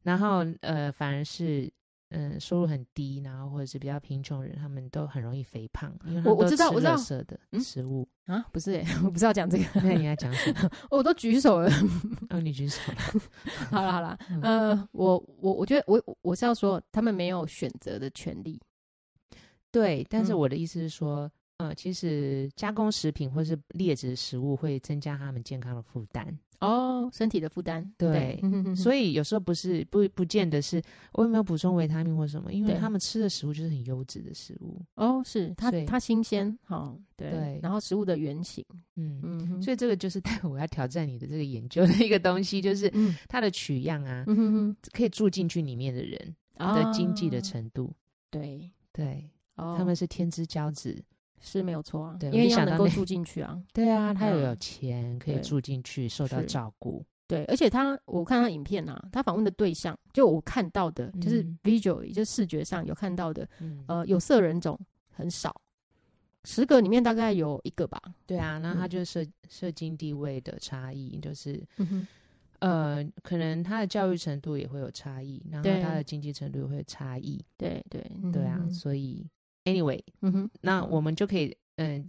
Speaker 1: 然后呃反而是嗯、呃收入很低，然后或者是比较贫穷人，他们都很容易肥胖，因为他
Speaker 2: 我
Speaker 1: 们都
Speaker 2: 我知道
Speaker 1: 吃
Speaker 2: 我知道
Speaker 1: 垃圾的
Speaker 2: 嗯
Speaker 1: 食物。
Speaker 2: 啊，不是、
Speaker 1: 嗯
Speaker 2: 欸， 我不知 道讲这个，
Speaker 1: 那你要讲什 么？
Speaker 2: 我都举手了。
Speaker 1: 哦，你举手了。
Speaker 2: 好了好了，
Speaker 1: 嗯
Speaker 2: 呃，我我我觉得我我是要说，他们没有选择的权利。
Speaker 1: 对，但是
Speaker 2: 嗯
Speaker 1: 我的意思是说。呃，其实加工食品或是劣质食物会增加他们健康的负担。
Speaker 2: 哦，身体的负担，
Speaker 1: 对
Speaker 2: 对，嗯以
Speaker 1: 所以有时候不是不不见得是我有没有补充维他命或什么，因为
Speaker 2: 对
Speaker 1: 他们吃的食物就是很优质的食物，
Speaker 2: 哦，是它
Speaker 1: 所以
Speaker 2: 它新鲜，好，对，
Speaker 1: 对
Speaker 2: 然后食物的原型，
Speaker 1: 嗯，
Speaker 2: 嗯哼，
Speaker 1: 所以这个就是待 会我要挑战你的这个研究的一个东西，就是
Speaker 2: 嗯
Speaker 1: 它的取样啊，
Speaker 2: 嗯哼
Speaker 1: 可以住进去里面的人
Speaker 2: 哼
Speaker 1: 的经济的
Speaker 2: 啊
Speaker 1: 程度，
Speaker 2: 对，
Speaker 1: 对，
Speaker 2: 哦，
Speaker 1: 他们是天之骄子，
Speaker 2: 是没有错啊，
Speaker 1: 对
Speaker 2: 因
Speaker 1: 我
Speaker 2: 为
Speaker 1: 就
Speaker 2: 要
Speaker 1: 想
Speaker 2: 能
Speaker 1: 到
Speaker 2: 够
Speaker 1: 那
Speaker 2: 住进去啊，
Speaker 1: 对啊，他又
Speaker 2: 嗯
Speaker 1: 有钱可以
Speaker 2: 对
Speaker 1: 住进去，受到
Speaker 2: 是
Speaker 1: 照顾，
Speaker 2: 对，而且他我看他影片啊，他访问的对象，就我看到的，就是
Speaker 1: 嗯
Speaker 2: visual，也就是视觉上有看到的，
Speaker 1: 嗯，
Speaker 2: 呃，有色人种很少，十个里面大概有一个吧，
Speaker 1: 对啊，那他
Speaker 2: 嗯
Speaker 1: 就是社社经地位的差异，就是
Speaker 2: 嗯哼，
Speaker 1: 呃，可能他的教育程度也会有差异，然后
Speaker 2: 对
Speaker 1: 他的经济程度也会有差异，
Speaker 2: 对对
Speaker 1: 对啊，
Speaker 2: 嗯哼
Speaker 1: 所以 anyway，
Speaker 2: 嗯哼，
Speaker 1: 那我们就可以，嗯，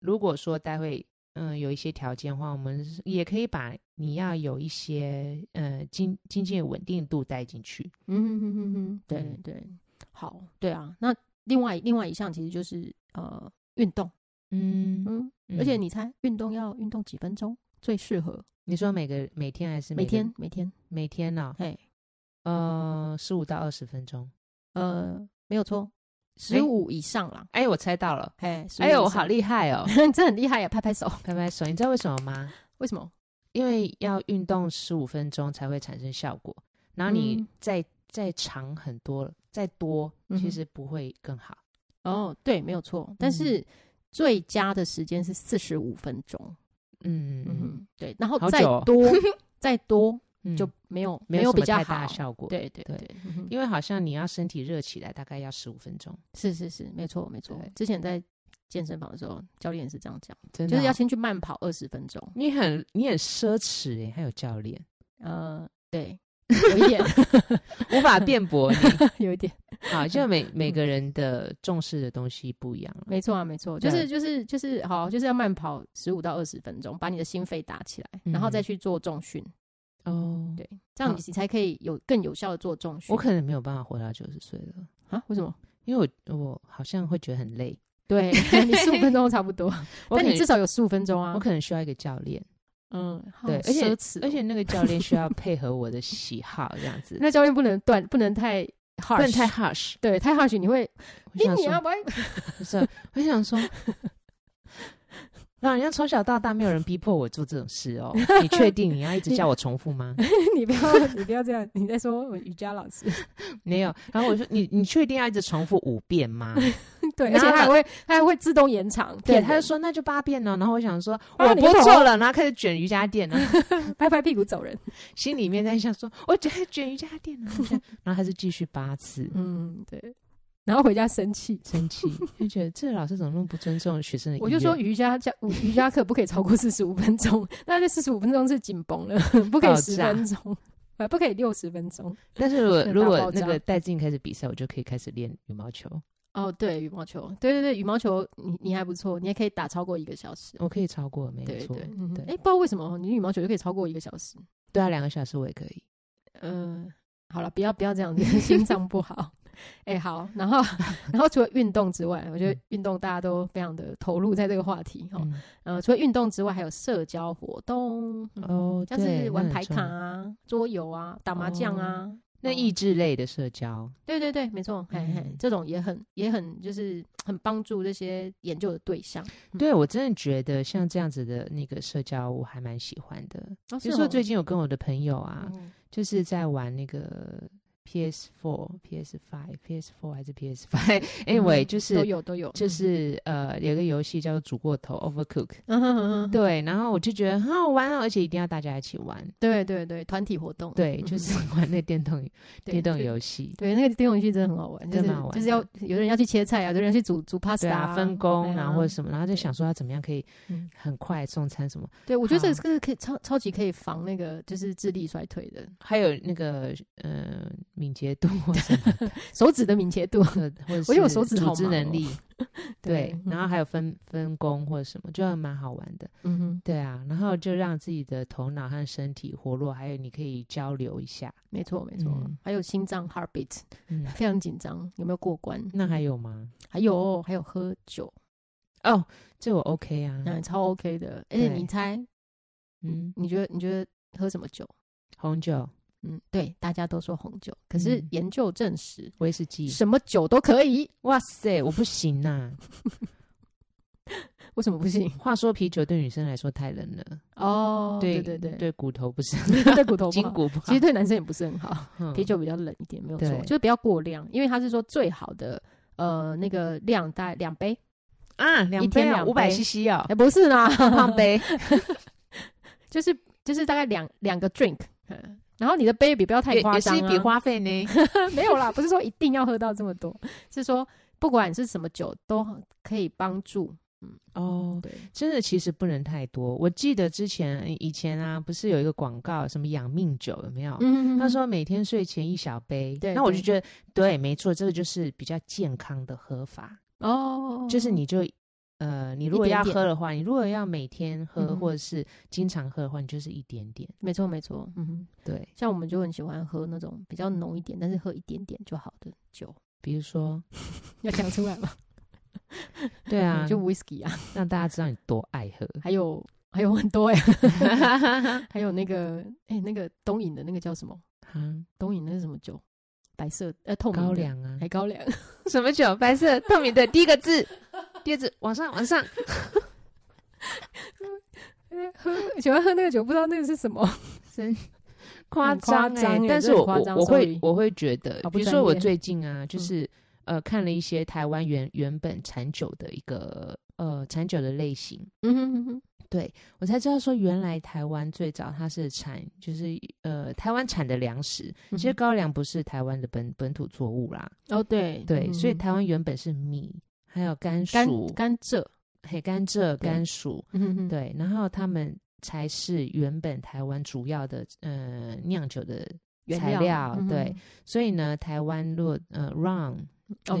Speaker 1: 如果说待会，嗯，有一些条件的话，我们是也可以把你要有一些，呃，经经济的稳定度带进去。
Speaker 2: 嗯哼哼哼哼，对
Speaker 1: 嗯
Speaker 2: 对，好，对啊。那另外另外一项其实就是呃运动，
Speaker 1: 嗯，
Speaker 2: 嗯，而且你猜运动要运动几分钟最适合？
Speaker 1: 你说每个每天还是
Speaker 2: 每
Speaker 1: 个
Speaker 2: 天每天，
Speaker 1: 每天呢、
Speaker 2: 嘿，
Speaker 1: 呃，十五到二十分钟。
Speaker 2: 呃，没有错，
Speaker 1: 哎
Speaker 2: 十五以上啦，
Speaker 1: 哎，我猜到了，
Speaker 2: 哎，
Speaker 1: 哎呦，
Speaker 2: 15
Speaker 1: 我
Speaker 2: 以上
Speaker 1: 好，厉害 哦！
Speaker 2: 你这很厉害呀，拍拍手。
Speaker 1: 拍拍手，你 知道为什么吗？
Speaker 2: 为什么？
Speaker 1: 因为要运动十五分钟才会产生效果，然后你
Speaker 2: 嗯
Speaker 1: 再、再长很多了，再多
Speaker 2: 嗯
Speaker 1: 其
Speaker 2: 哼
Speaker 1: 实不会更好。
Speaker 2: 哦，对，没有错，但
Speaker 1: 嗯
Speaker 2: 是最佳的时间是四十五分钟，
Speaker 1: 嗯
Speaker 2: 嗯哼，对，然后
Speaker 1: 好
Speaker 2: 再
Speaker 1: 久哦
Speaker 2: 多再多
Speaker 1: 嗯
Speaker 2: 就没有
Speaker 1: 没有
Speaker 2: 有
Speaker 1: 什么
Speaker 2: 比较
Speaker 1: 太大
Speaker 2: 好
Speaker 1: 的。效果。，
Speaker 2: 对对
Speaker 1: 对
Speaker 2: 对，嗯哼
Speaker 1: 因为好像你要身体热起来，大概要十五分钟，
Speaker 2: 是是是，没错没错
Speaker 1: 对。
Speaker 2: 之前在健身房的时候，教练是这样讲，
Speaker 1: 真的
Speaker 2: 就是要
Speaker 1: 哦
Speaker 2: 先去慢跑二十分钟。
Speaker 1: 你很你很奢侈诶、还有教 练嗯
Speaker 2: 呃， 对，有一点，
Speaker 1: 无法辩 驳你。
Speaker 2: 有一点，
Speaker 1: 好，就每每个人的重视的东西不一样了。
Speaker 2: 没错啊，没错，
Speaker 1: 对
Speaker 2: 就是就是就是好，就是要慢跑十五到二十分钟，把你的心肺打起来，然后再
Speaker 1: 嗯
Speaker 2: 去做重训，
Speaker 1: 哦，
Speaker 2: 对，这样
Speaker 1: 好
Speaker 2: 你才可以有更有效的做重训。
Speaker 1: 我可能没有办法活到九十岁了，
Speaker 2: 啊，为什么？
Speaker 1: 因为我我好像会觉得很累。
Speaker 2: 对你十五分钟差不多，
Speaker 1: 我
Speaker 2: 但
Speaker 1: 可
Speaker 2: 你
Speaker 1: 能
Speaker 2: 至少有十五分钟啊
Speaker 1: 我。可能需要一个教练，
Speaker 2: 嗯，好
Speaker 1: 对，而且
Speaker 2: 奢侈哦，
Speaker 1: 而且那个教练需要配合我的喜好，这样子，
Speaker 2: 那教练不能断，不能太
Speaker 1: 不
Speaker 2: harsh，
Speaker 1: 能太 harsh。
Speaker 2: 对，太 harsh 你会
Speaker 1: 我想
Speaker 2: 你啊，
Speaker 1: 说，
Speaker 2: 喂，
Speaker 1: 不是，我想说，老人家从小到大没有人逼迫我做这种事 哦。你确定你要一直叫我重复吗？
Speaker 2: 你不要你不要这样，你在说我瑜伽老师，
Speaker 1: 没有。然后我说，你你确定要一直重复五遍 吗？
Speaker 2: 对，而
Speaker 1: 然后
Speaker 2: 且他还
Speaker 1: 呢
Speaker 2: 会他还会自动延长，
Speaker 1: 对，
Speaker 2: 骗
Speaker 1: 他
Speaker 2: 人
Speaker 1: 就说那就八遍哦呢。然后我想说，
Speaker 2: 啊
Speaker 1: 我
Speaker 2: 你
Speaker 1: 不
Speaker 2: 不
Speaker 1: 做了，然后开始卷瑜伽垫，然后
Speaker 2: 拍拍屁股走人。
Speaker 1: 心里面在想 说，我觉得卷瑜伽垫呢，然后还是继续八次。
Speaker 2: 嗯，对。然后回家生气，
Speaker 1: 生气，就觉得这老师怎么那么不尊重学生的意愿？
Speaker 2: 我就说瑜伽 教瑜伽课不可以超过四十五分钟， 那这四十五分钟是紧绷了， 不可以
Speaker 1: 爆
Speaker 2: 十
Speaker 1: 炸
Speaker 2: 分钟， 啊，不可以六十分钟。
Speaker 1: 但是如果
Speaker 2: 大
Speaker 1: 如果
Speaker 2: 爆
Speaker 1: 那
Speaker 2: 炸
Speaker 1: 个戴进开始比赛，我就可以开始练羽毛球，
Speaker 2: 哦，对，羽毛球，对对对，羽毛球你你还不错，你还可以打超过一个小时。
Speaker 1: 我可以超过，没
Speaker 2: 对
Speaker 1: 错，
Speaker 2: 对，嗯
Speaker 1: 对
Speaker 2: 哎，不知道为什么你羽毛球就可以超过一个小时。
Speaker 1: 对啊，两个小时我也可以。
Speaker 2: 嗯，好了，不要不要这样子， 心脏不 好。哎、好，然后 然后除了运动之外，我觉得运动大家都非常的投入在这个话题哈。
Speaker 1: 嗯
Speaker 2: 呃，除了运动之外，还有社交活动，嗯
Speaker 1: 哦
Speaker 2: 像是
Speaker 1: 对
Speaker 2: 玩
Speaker 1: 那很
Speaker 2: 牌
Speaker 1: 重
Speaker 2: 卡啊、桌游啊、打麻将啊。
Speaker 1: 那
Speaker 2: 哦
Speaker 1: 益智类的社交，
Speaker 2: 对对对，没错，嘿嘿
Speaker 1: 嗯，
Speaker 2: 这种也很也很就是很帮助这些研究的对象。嗯
Speaker 1: 对我真的觉得像这样子的那个社交，我还蛮喜欢的。
Speaker 2: 哦
Speaker 1: 比如说
Speaker 2: 哦
Speaker 1: 最近有跟我的朋友啊，
Speaker 2: 嗯
Speaker 1: 就是在玩那个 PS Four、PS Five、PS Four 还是 PS Five，anyway，
Speaker 2: 嗯
Speaker 1: 就是
Speaker 2: 都有都有，
Speaker 1: 就
Speaker 2: 嗯
Speaker 1: 是呃，有一个游戏叫做煮过头 （Overcook），
Speaker 2: 嗯哼哼哼
Speaker 1: 对，然后我就觉得很好玩哦，而且一定要大家一起玩，
Speaker 2: 对对对，团体活动，
Speaker 1: 对，就是玩那电动
Speaker 2: 嗯 对
Speaker 1: 电动
Speaker 2: 就
Speaker 1: 游戏，
Speaker 2: 对，那个电动游戏真的很好玩，就
Speaker 1: 真
Speaker 2: 是
Speaker 1: 蛮好玩
Speaker 2: 就是要有人要去切菜啊，有的人要去煮煮 pasta，
Speaker 1: 对啊，
Speaker 2: 啊
Speaker 1: 分工然后或者
Speaker 2: 对啊
Speaker 1: 什么，然后就想说要怎么样可以
Speaker 2: 嗯
Speaker 1: 很快送餐什么，
Speaker 2: 对我觉得这个
Speaker 1: 好
Speaker 2: 这个可以超超级可以防那个就是智力衰退的
Speaker 1: 还有那个呃敏捷度或什么
Speaker 2: 手指的敏捷度，
Speaker 1: 的，或者
Speaker 2: 我有
Speaker 1: 是
Speaker 2: 手指
Speaker 1: 组
Speaker 2: 好
Speaker 1: 织
Speaker 2: 忙
Speaker 1: 能
Speaker 2: 哦
Speaker 1: 力，对，
Speaker 2: 嗯
Speaker 1: 然后还有分分工或者什么，就蛮好玩的，
Speaker 2: 嗯哼，
Speaker 1: 对啊，然后就让自己的头脑和身体活络，还有你可以交流一下，
Speaker 2: 没错没错
Speaker 1: 嗯，
Speaker 2: 还有心脏 heartbeat
Speaker 1: 嗯，
Speaker 2: 非常紧张，有没有过关？
Speaker 1: 那还有吗？
Speaker 2: 还有还有喝酒，
Speaker 1: 哦，这我 OK 啊，
Speaker 2: 那超 OK 的。而且
Speaker 1: 对
Speaker 2: 你猜，
Speaker 1: 嗯，
Speaker 2: 你觉得你觉得喝什么酒？
Speaker 1: 红酒、
Speaker 2: 嗯，对，大家都说红酒，可是
Speaker 1: 嗯
Speaker 2: 研究证实，
Speaker 1: 威士忌，
Speaker 2: 什么酒都可以，
Speaker 1: 哇塞，我不行呐、
Speaker 2: 为什么不行？
Speaker 1: 话说啤酒对女生来说太冷了，
Speaker 2: 哦，对
Speaker 1: 对
Speaker 2: 对对，
Speaker 1: 对骨头不 是
Speaker 2: 对骨头 不
Speaker 1: 筋
Speaker 2: 好。
Speaker 1: 骨不好，
Speaker 2: 其实对男生也不是很好，
Speaker 1: 嗯
Speaker 2: 啤酒比较冷一点，没有错
Speaker 1: 对，
Speaker 2: 就是不要过量，因为他是说最好的呃那个量大概两杯，
Speaker 1: 啊，两
Speaker 2: 一天
Speaker 1: 杯
Speaker 2: 两
Speaker 1: 五百
Speaker 2: 杯
Speaker 1: CC 哦
Speaker 2: 哎、，不是啦，
Speaker 1: 胖杯，
Speaker 2: 就是就是大概两两个 drink，嗯然后你的 baby 不要太
Speaker 1: 也
Speaker 2: 夸
Speaker 1: 也是
Speaker 2: 张
Speaker 1: 一笔
Speaker 2: 啊，
Speaker 1: 花费呢。
Speaker 2: 没有啦，不是说一定要喝到这么多，是说不管是什么酒都可以帮助，
Speaker 1: 哦，
Speaker 2: 对，
Speaker 1: 真的其实不能太多。我记得之前以前啊，不是有一个广告，什么养命酒有没有？
Speaker 2: 嗯
Speaker 1: 哦他说每天睡前一小杯，
Speaker 2: 对
Speaker 1: 那我就
Speaker 2: 对
Speaker 1: 觉得对，没错，这个就是比较健康的喝法。
Speaker 2: 哦，
Speaker 1: 就是你就呃，你如果
Speaker 2: 点
Speaker 1: 要
Speaker 2: 点
Speaker 1: 喝的话，你如果要每天喝、
Speaker 2: 嗯哼
Speaker 1: 或者是经常喝的话，你就是一点点。
Speaker 2: 没错没错，嗯哼，
Speaker 1: 对，
Speaker 2: 像我们就很喜欢喝那种比较浓一点，但是喝一点点就好的酒，
Speaker 1: 比如 说，
Speaker 2: 要讲出来吗？
Speaker 1: 对啊，
Speaker 2: 就
Speaker 1: 就
Speaker 2: whisky 啊，
Speaker 1: 让大家知道你多爱 喝。
Speaker 2: 还有还有很多哎、 还有那个哎、那个东影的那个叫什么？
Speaker 1: 啊，
Speaker 2: 东影那是什么酒？白色呃透明的
Speaker 1: 高，粱啊，
Speaker 2: 还高粱，
Speaker 1: 什么酒？白色透明的，第一个字，第二字往上往 上。
Speaker 2: 喝喜欢喝那个酒，不知道那个是什么。
Speaker 1: 真夸
Speaker 2: 很夸
Speaker 1: 张
Speaker 2: 张
Speaker 1: 哎、
Speaker 2: 欸
Speaker 1: 但
Speaker 2: 真
Speaker 1: 是
Speaker 2: 的
Speaker 1: 我
Speaker 2: 夸
Speaker 1: 我
Speaker 2: 张
Speaker 1: 我会
Speaker 2: sorry
Speaker 1: 我会觉得
Speaker 2: 好，不
Speaker 1: 比如说我
Speaker 2: 专业
Speaker 1: 嗯最近啊，就是、呃看了一些台湾原原本产酒的一个呃产酒的类型，
Speaker 2: 嗯哼嗯哼，
Speaker 1: 我才知道说原来台湾最早它是产就是呃台湾产的粮食，
Speaker 2: 其
Speaker 1: 其实高粱不是台湾的本本土作物啦，
Speaker 2: 哦对
Speaker 1: 对，所以
Speaker 2: 嗯
Speaker 1: 台湾原本是米，还有甘
Speaker 2: 甘
Speaker 1: 薯、
Speaker 2: 甘蔗，
Speaker 1: 嘿甘蔗、
Speaker 2: 对
Speaker 1: 甘薯，
Speaker 2: 嗯哼哼，
Speaker 1: 对，然后他们才是原本台湾主要的呃酿酒的
Speaker 2: 原
Speaker 1: 材料
Speaker 2: 嗯哼
Speaker 1: 对所以呢，台湾若呃 rum
Speaker 2: 哦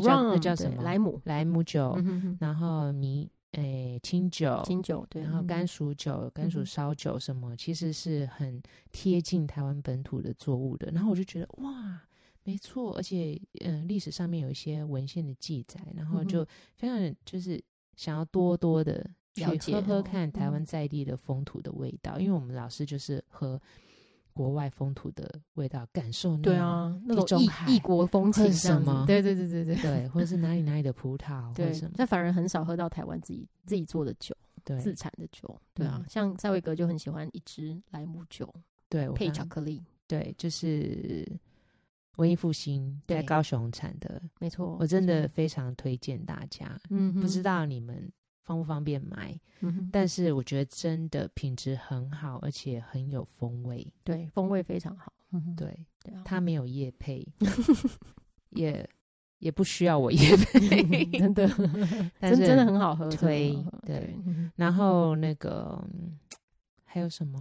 Speaker 1: 那叫那
Speaker 2: rum，
Speaker 1: 叫
Speaker 2: 对
Speaker 1: 什么哦
Speaker 2: 莱姆，
Speaker 1: 莱姆酒，
Speaker 2: 嗯哼哼，
Speaker 1: 然后米诶清酒，
Speaker 2: 清酒对，
Speaker 1: 哦然后
Speaker 2: 嗯
Speaker 1: 甘薯酒、甘薯
Speaker 2: 嗯
Speaker 1: 烧酒什么，其实是很贴近台湾本土的作物的。然后我就觉得哇，没错，而且嗯、呃历史上面有一些文献的记载，然后
Speaker 2: 嗯哼
Speaker 1: 就非常就是想要多多的去
Speaker 2: 了解
Speaker 1: 喝喝
Speaker 2: 哦
Speaker 1: 看台湾
Speaker 2: 嗯
Speaker 1: 在地的风土的味道，因为我们老师就是喝国外风土的味道，感受那
Speaker 2: 对
Speaker 1: 种
Speaker 2: 啊，那
Speaker 1: 地
Speaker 2: 种
Speaker 1: 中
Speaker 2: 异
Speaker 1: 海
Speaker 2: 异国风情
Speaker 1: 或者
Speaker 2: 这样
Speaker 1: 什么
Speaker 2: 子，对对对对 对
Speaker 1: 对，或者是哪里哪里的葡萄或者什
Speaker 2: 对，
Speaker 1: 么，
Speaker 2: 但反而很少喝到台湾自己自己做的酒，
Speaker 1: 对
Speaker 2: 自产的酒，对啊
Speaker 1: 嗯，
Speaker 2: 像赛维格就很喜欢一支莱姆酒
Speaker 1: 对，我
Speaker 2: 配
Speaker 1: 刚
Speaker 2: 巧克力，
Speaker 1: 对，就是文艺复兴在
Speaker 2: 对
Speaker 1: 高雄产的，
Speaker 2: 没错，
Speaker 1: 我真
Speaker 2: 没
Speaker 1: 的
Speaker 2: 错，
Speaker 1: 非常推荐大家。
Speaker 2: 嗯哼，
Speaker 1: 不知道你们方不方便买，
Speaker 2: 嗯哼，
Speaker 1: 但是我觉得真的品质很好，而且很有风味。
Speaker 2: 对风味非常好，嗯哼，
Speaker 1: 对，
Speaker 2: 对啊，
Speaker 1: 它没有叶 配，也也不需要我叶配，
Speaker 2: 嗯 真的，
Speaker 1: 但
Speaker 2: 真
Speaker 1: 是
Speaker 2: 真的很好喝，真的
Speaker 1: 推
Speaker 2: 很好喝
Speaker 1: 对
Speaker 2: 对，嗯哼
Speaker 1: 然后那个、嗯还有什么？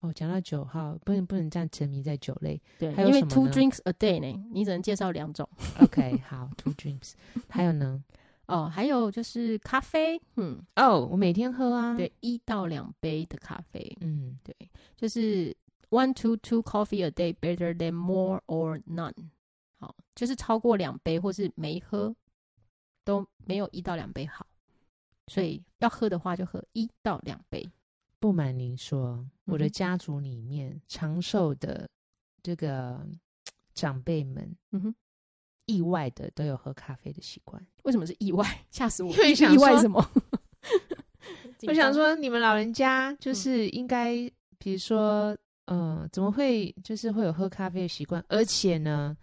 Speaker 1: 哦，讲到酒号，不能不能这样沉迷在酒类。
Speaker 2: 对，
Speaker 1: 还有
Speaker 2: 因为
Speaker 1: 什么
Speaker 2: two
Speaker 1: 呢
Speaker 2: drinks a day 呢，你只能介绍两种
Speaker 1: OK，好，Two Dreams。还有呢？
Speaker 2: 哦，还有就是咖啡，嗯，
Speaker 1: 哦，我每天喝啊。，
Speaker 2: 对，一到两杯的咖啡，
Speaker 1: 嗯，
Speaker 2: 对，就是 one to two coffee a day better than more or none。好，就是超过两杯或是没喝都没有一到两杯好，所以要喝的话就喝一到两杯。
Speaker 1: 不瞒您说，我
Speaker 2: 嗯
Speaker 1: 的
Speaker 2: 哼
Speaker 1: 家族里面长寿的这个长辈们，
Speaker 2: 嗯哼，
Speaker 1: 意外的都有喝咖啡的习惯。
Speaker 2: 为什么是意外？吓死我！
Speaker 1: 因为想
Speaker 2: 意外
Speaker 1: 说
Speaker 2: 什么？
Speaker 1: 我想， 说，你们老人家就是应该，比如说，呃，怎么会就是会有喝咖啡的习惯？而且呢，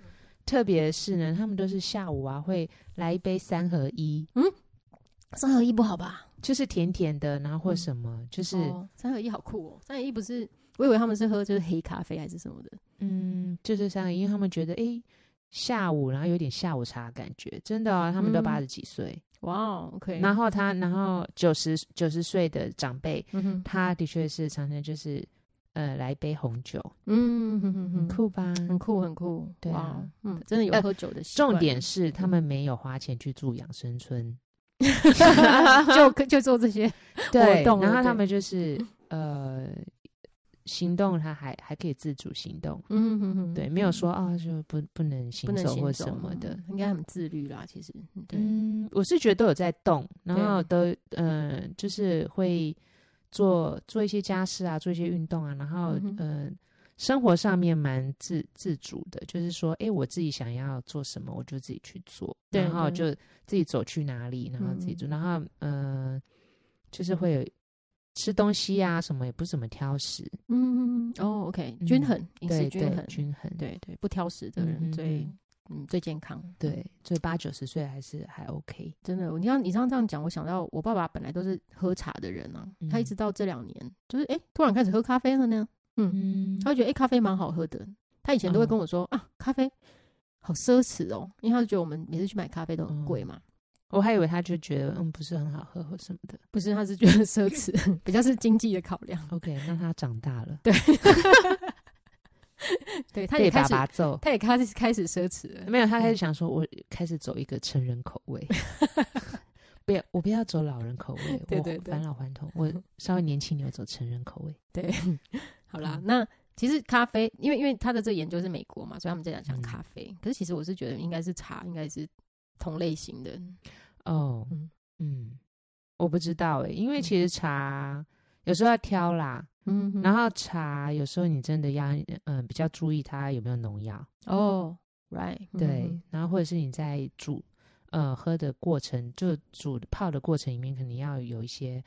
Speaker 1: 特别是呢，他们都是下午啊会来一杯三合一，
Speaker 2: 三合一不好吧？
Speaker 1: 就是甜甜的，然后或
Speaker 2: 嗯
Speaker 1: 什么，就是、
Speaker 2: 哦三合一好酷哦！三合一不是，我以为他们是喝就是黑咖啡还是什么的。
Speaker 1: 嗯，就是三个，因为他们觉得诶下午，然后有点下午茶的感觉，真的哦，他们都
Speaker 2: 嗯
Speaker 1: 八十几岁，
Speaker 2: 哇哦，OK，
Speaker 1: 然后他，然后九十九十岁的长辈，
Speaker 2: 嗯哼，
Speaker 1: 他的确是常常就是呃来一杯红酒，
Speaker 2: 嗯哼哼
Speaker 1: 很
Speaker 2: 哼，
Speaker 1: 酷吧？
Speaker 2: 很酷，很酷，
Speaker 1: 对
Speaker 2: 哇
Speaker 1: 啊
Speaker 2: 哦，嗯，真的有
Speaker 1: 呃
Speaker 2: 喝酒的习惯。嗯
Speaker 1: 重点是他们没有花钱去住养生村，
Speaker 2: 就就做这些，
Speaker 1: 对，
Speaker 2: 懂了
Speaker 1: 然后他
Speaker 2: 对
Speaker 1: 们就是呃行动，他还还可以自主行动，
Speaker 2: 嗯哼哼，
Speaker 1: 对，没有说啊、就不不能
Speaker 2: 不
Speaker 1: 行
Speaker 2: 能
Speaker 1: 走
Speaker 2: 行
Speaker 1: 或
Speaker 2: 走
Speaker 1: 什么的，
Speaker 2: 嗯应该很自律啦。其实，嗯对，
Speaker 1: 嗯，我是觉得都有在动，然
Speaker 2: 对
Speaker 1: 后都呃，就是会做做一些家事啊，做一些运动啊，然后
Speaker 2: 嗯哼
Speaker 1: 呃，生活上面蛮自自主的，就是说，诶，我自己想要做什么，我就自己去做，
Speaker 2: 对
Speaker 1: 然后就
Speaker 2: 对
Speaker 1: 自己走去哪里，然后自己
Speaker 2: 嗯
Speaker 1: 做，然后呃，就是会有吃东西啊，什么也不怎么挑食，
Speaker 2: 嗯，哦，OK，
Speaker 1: 嗯
Speaker 2: 均衡，饮食
Speaker 1: 对
Speaker 2: 均
Speaker 1: 对
Speaker 2: 衡，，
Speaker 1: 均衡，
Speaker 2: 对对，不挑食的人
Speaker 1: 嗯哼
Speaker 2: 最
Speaker 1: 哼
Speaker 2: 嗯最健康，嗯
Speaker 1: 对，所以八九十岁还是还 OK，
Speaker 2: 真的，你像你像这样讲，我想到我爸爸本来都是喝茶的人啊，
Speaker 1: 嗯
Speaker 2: 他一直到这两年，就是哎，诶突然开始喝咖啡了呢，
Speaker 1: 嗯
Speaker 2: 他会觉得哎，诶咖啡蛮好喝的。他以前都会跟我说啊，咖啡好奢侈哦，因为他就觉得我们每次去买咖啡都很
Speaker 1: 嗯
Speaker 2: 贵嘛，
Speaker 1: 我还以为他就觉得嗯不是很好喝或什么的。
Speaker 2: 不是，他是觉得奢侈， 比较是经济的考量。
Speaker 1: OK，那他长大了，
Speaker 2: 对， 他也
Speaker 1: 被
Speaker 2: 开
Speaker 1: 爸
Speaker 2: 始，呃嗯
Speaker 1: 爸揍。
Speaker 2: 他也开始开始奢侈了。
Speaker 1: 没有，他开始想说，我开始走一个成人口 味，不要，我不要走老人口味，
Speaker 2: 对对
Speaker 1: 我
Speaker 2: 对
Speaker 1: 返老还童，我稍微年轻点，我走成人口味。
Speaker 2: 好啦
Speaker 1: 嗯，
Speaker 2: 那其实咖啡，因为因为他的这个研究是美国嘛，所以他们在讲讲
Speaker 1: 嗯
Speaker 2: 咖啡。可是其实我是觉得应该是茶，应该是同类型的。
Speaker 1: 哦、
Speaker 2: 嗯
Speaker 1: 嗯我不知道诶、因为
Speaker 2: 嗯
Speaker 1: 其实茶有时候要挑啦，
Speaker 2: 嗯
Speaker 1: 然后茶有时候你真的要嗯、呃比较注意它有没有农药，
Speaker 2: 哦，right，
Speaker 1: 对，
Speaker 2: 嗯
Speaker 1: 然后或者是你在煮呃喝的过程，就煮泡的过程里面，可能要有一些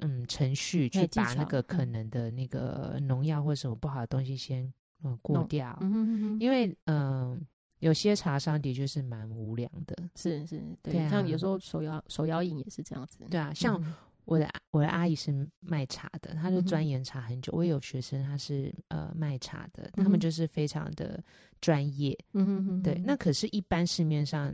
Speaker 1: 嗯程序
Speaker 2: 哎
Speaker 1: 去
Speaker 2: 技
Speaker 1: 把那
Speaker 2: 巧
Speaker 1: 个可
Speaker 2: 嗯
Speaker 1: 能的那个农药或什么不好的东西先嗯、呃过
Speaker 2: 弄
Speaker 1: 掉，
Speaker 2: 嗯哼哼哼
Speaker 1: 因为嗯、呃有些茶商的确是蛮无良的，
Speaker 2: 是是，对，
Speaker 1: 对啊
Speaker 2: 像有时候手摇手摇饮也是这样子，
Speaker 1: 对啊，像
Speaker 2: 嗯
Speaker 1: 我的我的阿姨是卖茶的，她就
Speaker 2: 嗯哼
Speaker 1: 钻研茶很久。我也有学生，他是呃卖茶的，
Speaker 2: 嗯
Speaker 1: 他
Speaker 2: 哼
Speaker 1: 们就是非常的专业。
Speaker 2: 嗯哼哼，
Speaker 1: 对，
Speaker 2: 哼
Speaker 1: 那可是，一般市面上